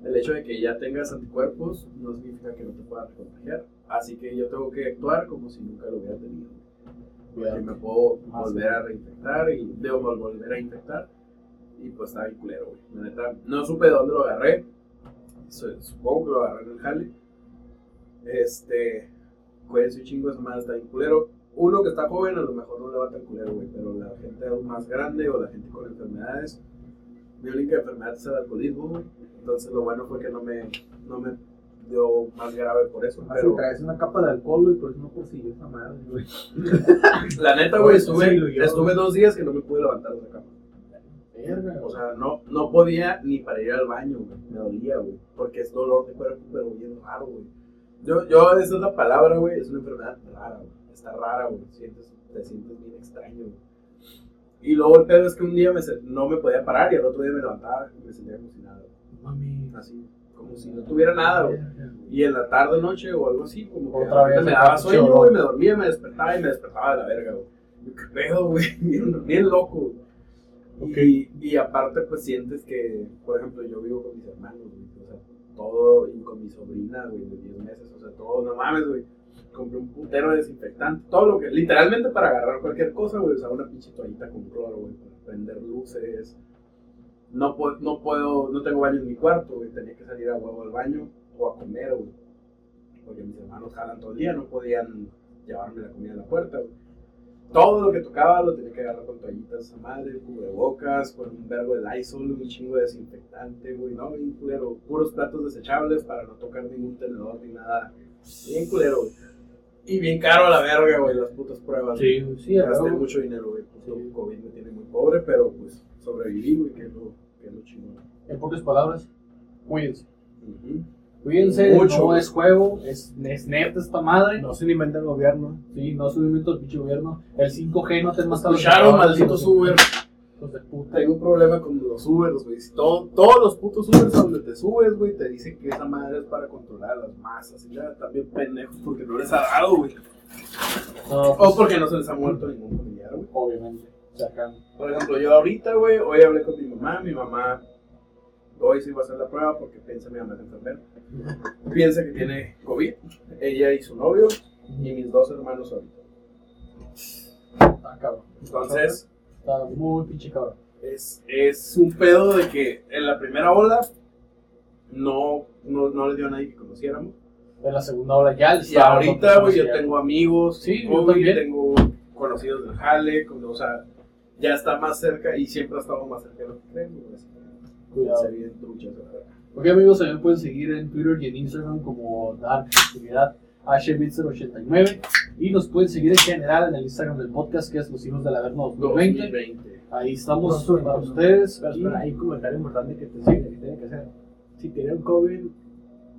Speaker 2: el hecho de que ya tengas anticuerpos no significa que no te puedas contagiar. Así que yo tengo que actuar como si nunca lo hubiera tenido. Porque me puedo
Speaker 1: Ah,
Speaker 2: volver a reinfectar y debo vol- volver a infectar. Y pues estaba bien culero, güey. La neta, no supe dónde lo agarré. Su- Supongo que lo agarré en el jale. Este. Cuídense un chingo, es más, está bien culero. Uno que está joven a lo mejor no le va tan culero, güey. Pero la gente aún más grande o la gente con enfermedades. Mi única enfermedad es el alcoholismo, güey. Entonces lo bueno fue que no me, no me dio más grave por eso.
Speaker 4: Pero
Speaker 2: Pero
Speaker 4: traes una capa de alcohol, güey, por eso no consiguió esa madre, güey.
Speaker 2: la neta, güey,
Speaker 4: Oye,
Speaker 2: estuve,
Speaker 4: sí, lo llevo.
Speaker 2: estuve dos días que no me pude levantar de la cama.
Speaker 1: Verga,
Speaker 2: O sea, no, no podía ni para ir al baño, güey. Me dolía, güey. Porque es dolor de cuerpo, pero bien raro, güey. Yo, yo, esa es la palabra, güey. Es una enfermedad rara, güey. Está rara, güey. Sientes, te sientes bien extraño, güey. Y luego el pedo es que un día me sen- no me podía parar y al otro día me levantaba y me sentía como si nada.
Speaker 1: Mami.
Speaker 2: Así, como si no tuviera nada, güey. Y en la tarde, noche o algo así, como que
Speaker 1: Otra
Speaker 2: de repente
Speaker 1: vez
Speaker 2: me
Speaker 1: el
Speaker 2: daba
Speaker 1: pinche
Speaker 2: sueño,
Speaker 1: olor.
Speaker 2: güey, me dormía, me despertaba y me despertaba de la verga, güey. Yo, ¿Qué pedo, güey? Bien, bien loco, güey. Y, y aparte, pues sientes que, por ejemplo, yo vivo con mis hermanos, güey, o sea, todo, y con mi sobrina, güey, de 10 meses, o sea, todo, no mames, güey. Compré un putero de desinfectante, todo lo que, literalmente para agarrar cualquier cosa, güey, o sea, una pinche toallita con cloro, güey, para prender luces, no, po- no puedo, no tengo baño en mi cuarto, güey, tenía que salir a huevo al baño o a comer, güey. Porque mis hermanos jalan todo el día, no podían llevarme la comida a la puerta, güey. Todo lo que tocaba lo tenía que agarrar con toallitas a madre, cubrebocas, con un vergo de Lysol, un chingo de desinfectante, güey, no, bien culero. Puros platos desechables para no tocar ningún tenedor ni nada. Bien culero, güey. Y bien caro a la verga, güey, las putas pruebas. güey.
Speaker 1: Sí, sí, a
Speaker 2: Gasté
Speaker 1: huevo.
Speaker 2: mucho dinero, güey. Puto
Speaker 1: Sí.
Speaker 2: COVID me tiene muy pobre, pero pues sobreviví, güey, que es lo, que es lo chingón.
Speaker 1: En pocas palabras, cuídense.
Speaker 2: Ujú.
Speaker 1: Cuídense,
Speaker 2: Mucho,
Speaker 1: no
Speaker 2: güey.
Speaker 1: es juego, es, es neta esta madre.
Speaker 3: No se lo inventa el gobierno.
Speaker 1: Sí, no es un invento del pinche gobierno. El 5G no te mata los
Speaker 2: Escucharon,
Speaker 1: cabrones,
Speaker 2: malditos
Speaker 1: hijos
Speaker 2: Uber.
Speaker 1: de- hijos de puta.
Speaker 2: Tengo un problema con los Ubers, güey. Si todo- todos los putos Ubers a donde te subes, güey, te dicen que esa madre es para controlar a las masas. Y ya, también pendejos porque no les ha dado, güey.
Speaker 1: No, pues,
Speaker 2: O porque no se les ha muerto ningún familiar, güey.
Speaker 1: obviamente. Se acaban.
Speaker 2: Por ejemplo, yo ahorita, güey, hoy hablé con mi mamá. Mi mamá hoy sí va a hacer la prueba porque piensa mi mamá es enfermera. Piensa que tiene COVID. Ella y su novio y mis dos hermanos ahorita.
Speaker 1: Está ah, cabrón.
Speaker 2: Entonces,
Speaker 1: Está muy pinche cabrón.
Speaker 2: es, es un pedo de que en la primera ola no, no, no le dio a nadie que conociéramos.
Speaker 1: En la segunda hora ya. el
Speaker 2: Y
Speaker 1: sábado,
Speaker 2: ahorita, güey,
Speaker 1: pues,
Speaker 2: yo
Speaker 1: ya.
Speaker 2: tengo amigos,
Speaker 1: Sí, yo
Speaker 2: COVID,
Speaker 1: también.
Speaker 2: tengo conocidos del Jale, con- o sea, ya está más cerca y siempre ha estado más cerca de lo que creemos. güey, así que
Speaker 1: Cuidado.
Speaker 2: se vienen truchas, la verdad.
Speaker 1: Ok amigos, también pueden seguir en Twitter y en Instagram como Dark Actividad HMitzer89 y nos pueden seguir en general en el Instagram del podcast que es Los Hijos del Averno 2020.
Speaker 2: 2020.
Speaker 1: Ahí estamos
Speaker 4: No,
Speaker 1: para
Speaker 4: no, no.
Speaker 1: ustedes.
Speaker 3: Pero
Speaker 1: y-
Speaker 3: espera, hay un comentario importante que te sigue, que tiene que hacer. Si tienen COVID,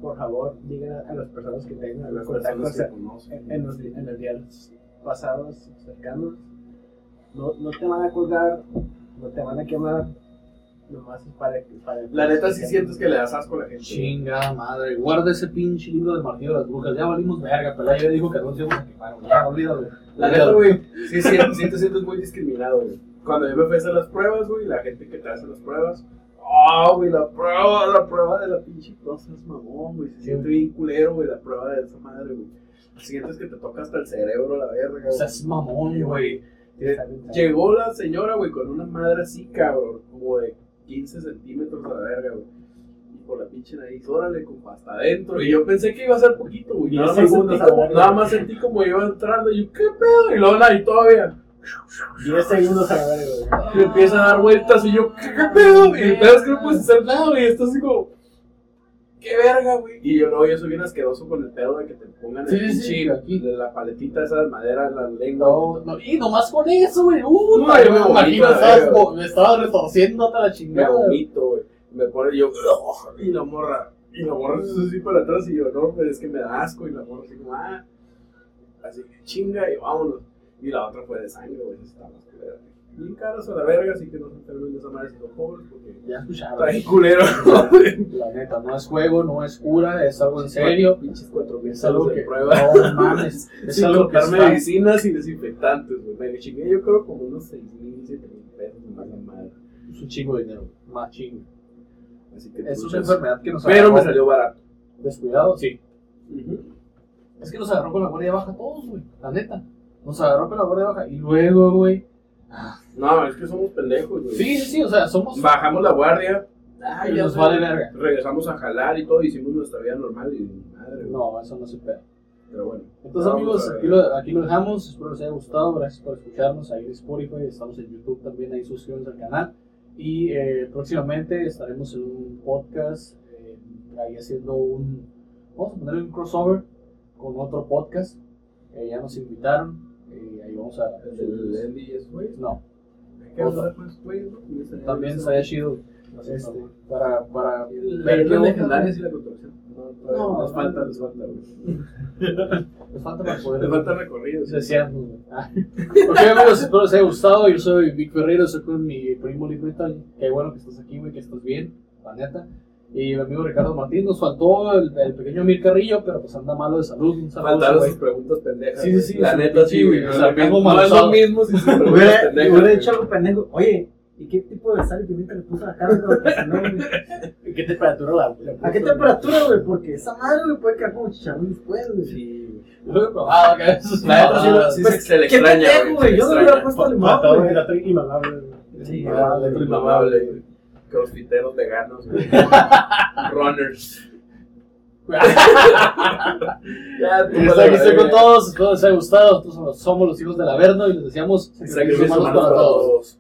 Speaker 3: por favor, digan a, a las personas que tengan
Speaker 2: Las
Speaker 3: contactos
Speaker 2: personas que
Speaker 3: en,
Speaker 1: eh,
Speaker 2: conocen.
Speaker 3: en los, en los días pasados, cercanos. No, no te van a colgar, no te van a quemar. Nomás es para que. Para
Speaker 2: La
Speaker 1: eh,
Speaker 2: neta, si sientes que le das asco a la gente.
Speaker 1: Chinga madre, guarda ese pinche libro del Martillo de las Brujas. Ya valimos verga, pero ya dijo que no se íbamos a quemar. güey. Ya, olvídalo.
Speaker 2: La neta, güey, sí, sí, sí te sientes muy discriminado, güey. Cuando yo me fui a hacer las pruebas, güey, la gente que te hace las pruebas, ah, güey, la prueba, la prueba de la pinche cosa es mamón, güey, se siente bien culero, güey, la prueba de esa madre, güey. Sientes que te toca hasta el cerebro, la verga,
Speaker 1: O sea, es mamón,
Speaker 2: güey.
Speaker 1: güey.
Speaker 2: güey. Llegó la señora, güey, con una madre así, cabrón, como de 15 centímetros a la verga, güey. Y por la pinche nariz, órale, con pasta adentro. Y yo pensé que iba a ser poquito, güey.
Speaker 3: Diez
Speaker 2: Nada, más sentí
Speaker 3: segundos a la
Speaker 2: como-
Speaker 3: verga.
Speaker 2: nada más sentí como iba entrando. Y yo, ¿qué pedo? Y luego nadie todavía.
Speaker 3: 10 segundos a la verga, güey.
Speaker 2: Y empieza a dar vueltas y yo, ¿qué, qué pedo? Y el pedo es que no puedes hacer nada, güey. Estás así como, ¿qué verga, güey? Y yo, no, yo soy bien asqueroso con el pedo de que te pongan el
Speaker 1: Sí, sí, sí,
Speaker 2: pinche-
Speaker 1: aquí.
Speaker 2: de la paletita esa de madera en la lengua.
Speaker 1: No, no, y nomás con eso, güey. Uh,
Speaker 2: No, yo me
Speaker 1: me
Speaker 2: vomito,
Speaker 1: imagino,
Speaker 2: la
Speaker 1: estabas
Speaker 2: verga.
Speaker 1: bo- me estabas retorciendo hasta la
Speaker 2: me
Speaker 1: chingada.
Speaker 2: vomito, güey. Me pone yo, "Ugh", y la morra, y la morra es así para atrás, y yo, no, pero es que me da asco, y la morra así como, ah, así que chinga, y vámonos. Y la otra fue de sangre, güey, está más culera. Bien caras a la verga, así que no se enfermen de esa madre si son pobres, porque
Speaker 1: Ya escucharon.
Speaker 2: está bien culero.
Speaker 1: La neta, no es juego, no es cura, es algo en serio.
Speaker 2: Pinches cuatro mil
Speaker 1: Es algo
Speaker 2: salos
Speaker 1: que.
Speaker 2: de prueba.
Speaker 1: No mames. Es
Speaker 2: Sin
Speaker 1: algo que
Speaker 2: contar
Speaker 1: está-
Speaker 2: medicinas y desinfectantes, güey. Me chingué, yo creo como unos seis mil, siete mil pesos, más la madre.
Speaker 1: es un chingo de dinero. Más chingo.
Speaker 2: Así que
Speaker 1: Es una
Speaker 2: truchas.
Speaker 1: enfermedad que nos
Speaker 2: Pero me
Speaker 1: agarró.
Speaker 2: salió barato.
Speaker 1: Descuidado, sí.
Speaker 2: Ujú.
Speaker 1: Es que nos agarró con la guardia baja todos, güey. La neta. Nos agarró con la guardia baja. Y luego, güey.
Speaker 2: No, es que somos pendejos, güey.
Speaker 1: Sí, sí, sí. O sea, somos.
Speaker 2: Bajamos la guardia.
Speaker 1: Y
Speaker 2: ya
Speaker 1: nos
Speaker 2: sé.
Speaker 1: vale verga.
Speaker 2: Regresamos a jalar y todo, hicimos nuestra vida normal y madre, güey.
Speaker 1: No, eso no se puede.
Speaker 2: Pero bueno.
Speaker 1: Entonces, amigos,
Speaker 2: Vamos a ver.
Speaker 1: aquí lo, aquí lo dejamos. Espero les haya gustado. Gracias por escucharnos ahí en Spotify. Estamos en YouTube también. Ahí suscríbanse al canal. Y eh, próximamente estaremos en un podcast. eh, ahí haciendo un. Vamos a ponerle un crossover con otro podcast. Eh, ya nos invitaron. eh, ahí vamos a.
Speaker 2: El Andy es güey.
Speaker 1: No,
Speaker 2: Hay que hablar con esos güeyes, ¿no? Y ese-
Speaker 1: también
Speaker 2: ese-
Speaker 1: estaría chido. Este, para, para
Speaker 2: El-
Speaker 1: Ver qué
Speaker 2: Las
Speaker 1: onda,
Speaker 2: legendarias y la controversia. No, todavía
Speaker 1: No,
Speaker 2: les falta, les falta, güey.
Speaker 1: Te falta para poder.
Speaker 2: Le falta recorrido. sí.
Speaker 1: Deseando, güey. Ah. Ok, amigos, espero les haya gustado. Yo soy Vic Ferreiro, estoy con mi primo Lick Metal. Qué bueno que estás aquí, güey, que estás bien, la neta. Y mi amigo Ricardo Martín, nos faltó el, el pequeño Mir Carrillo, pero pues anda malo de salud. Un saludo,
Speaker 2: Faltaron
Speaker 1: güey.
Speaker 2: sus preguntas pendejas.
Speaker 1: Sí, sí, sí,
Speaker 2: güey. La
Speaker 1: su
Speaker 2: neta,
Speaker 1: pinche,
Speaker 2: sí, güey.
Speaker 1: o
Speaker 2: No,
Speaker 1: sea,
Speaker 2: la
Speaker 1: tengo
Speaker 2: mismo- no es
Speaker 1: manzado.
Speaker 2: lo mismo si sus preguntas
Speaker 4: Hubiera,
Speaker 2: pendejas.
Speaker 4: hubiera
Speaker 2: güey.
Speaker 4: hecho algo pendejo. Oye, ¿y qué tipo de sal y pimienta le puso a la carne? güey? Porque si no, güey,
Speaker 1: ¿Qué temperatura la la
Speaker 4: ¿A qué
Speaker 1: puso, güey?
Speaker 4: temperatura, güey? Porque esa madre, güey, puede quedar como chicharrón después, güey.
Speaker 2: Sí, güey.
Speaker 1: Lo he probado, que eso
Speaker 4: Pues,
Speaker 1: es
Speaker 2: La neta, sí,
Speaker 1: nada.
Speaker 2: lo- Ah, sí, se- se le
Speaker 4: ¿Qué
Speaker 2: extraña,
Speaker 4: pendejo,
Speaker 2: güey. se
Speaker 4: güey?
Speaker 2: le
Speaker 4: Yo no le hubiera
Speaker 2: extraña.
Speaker 4: puesto limón,
Speaker 3: Matado
Speaker 4: güey.
Speaker 3: de la tri- inhalable, güey.
Speaker 4: Sí,
Speaker 1: Ah,
Speaker 4: güey.
Speaker 1: la-
Speaker 2: Inmamable, güey. Crossfiteros veganos, güey.
Speaker 1: Ah.
Speaker 2: Runners. Ya, tú
Speaker 1: Y hasta aquí Pues, estoy con todos, espero les haya gustado. Nosotros somos los hijos del Averno y les deseamos
Speaker 2: Sacrificios
Speaker 1: humanos
Speaker 2: humanos para todos.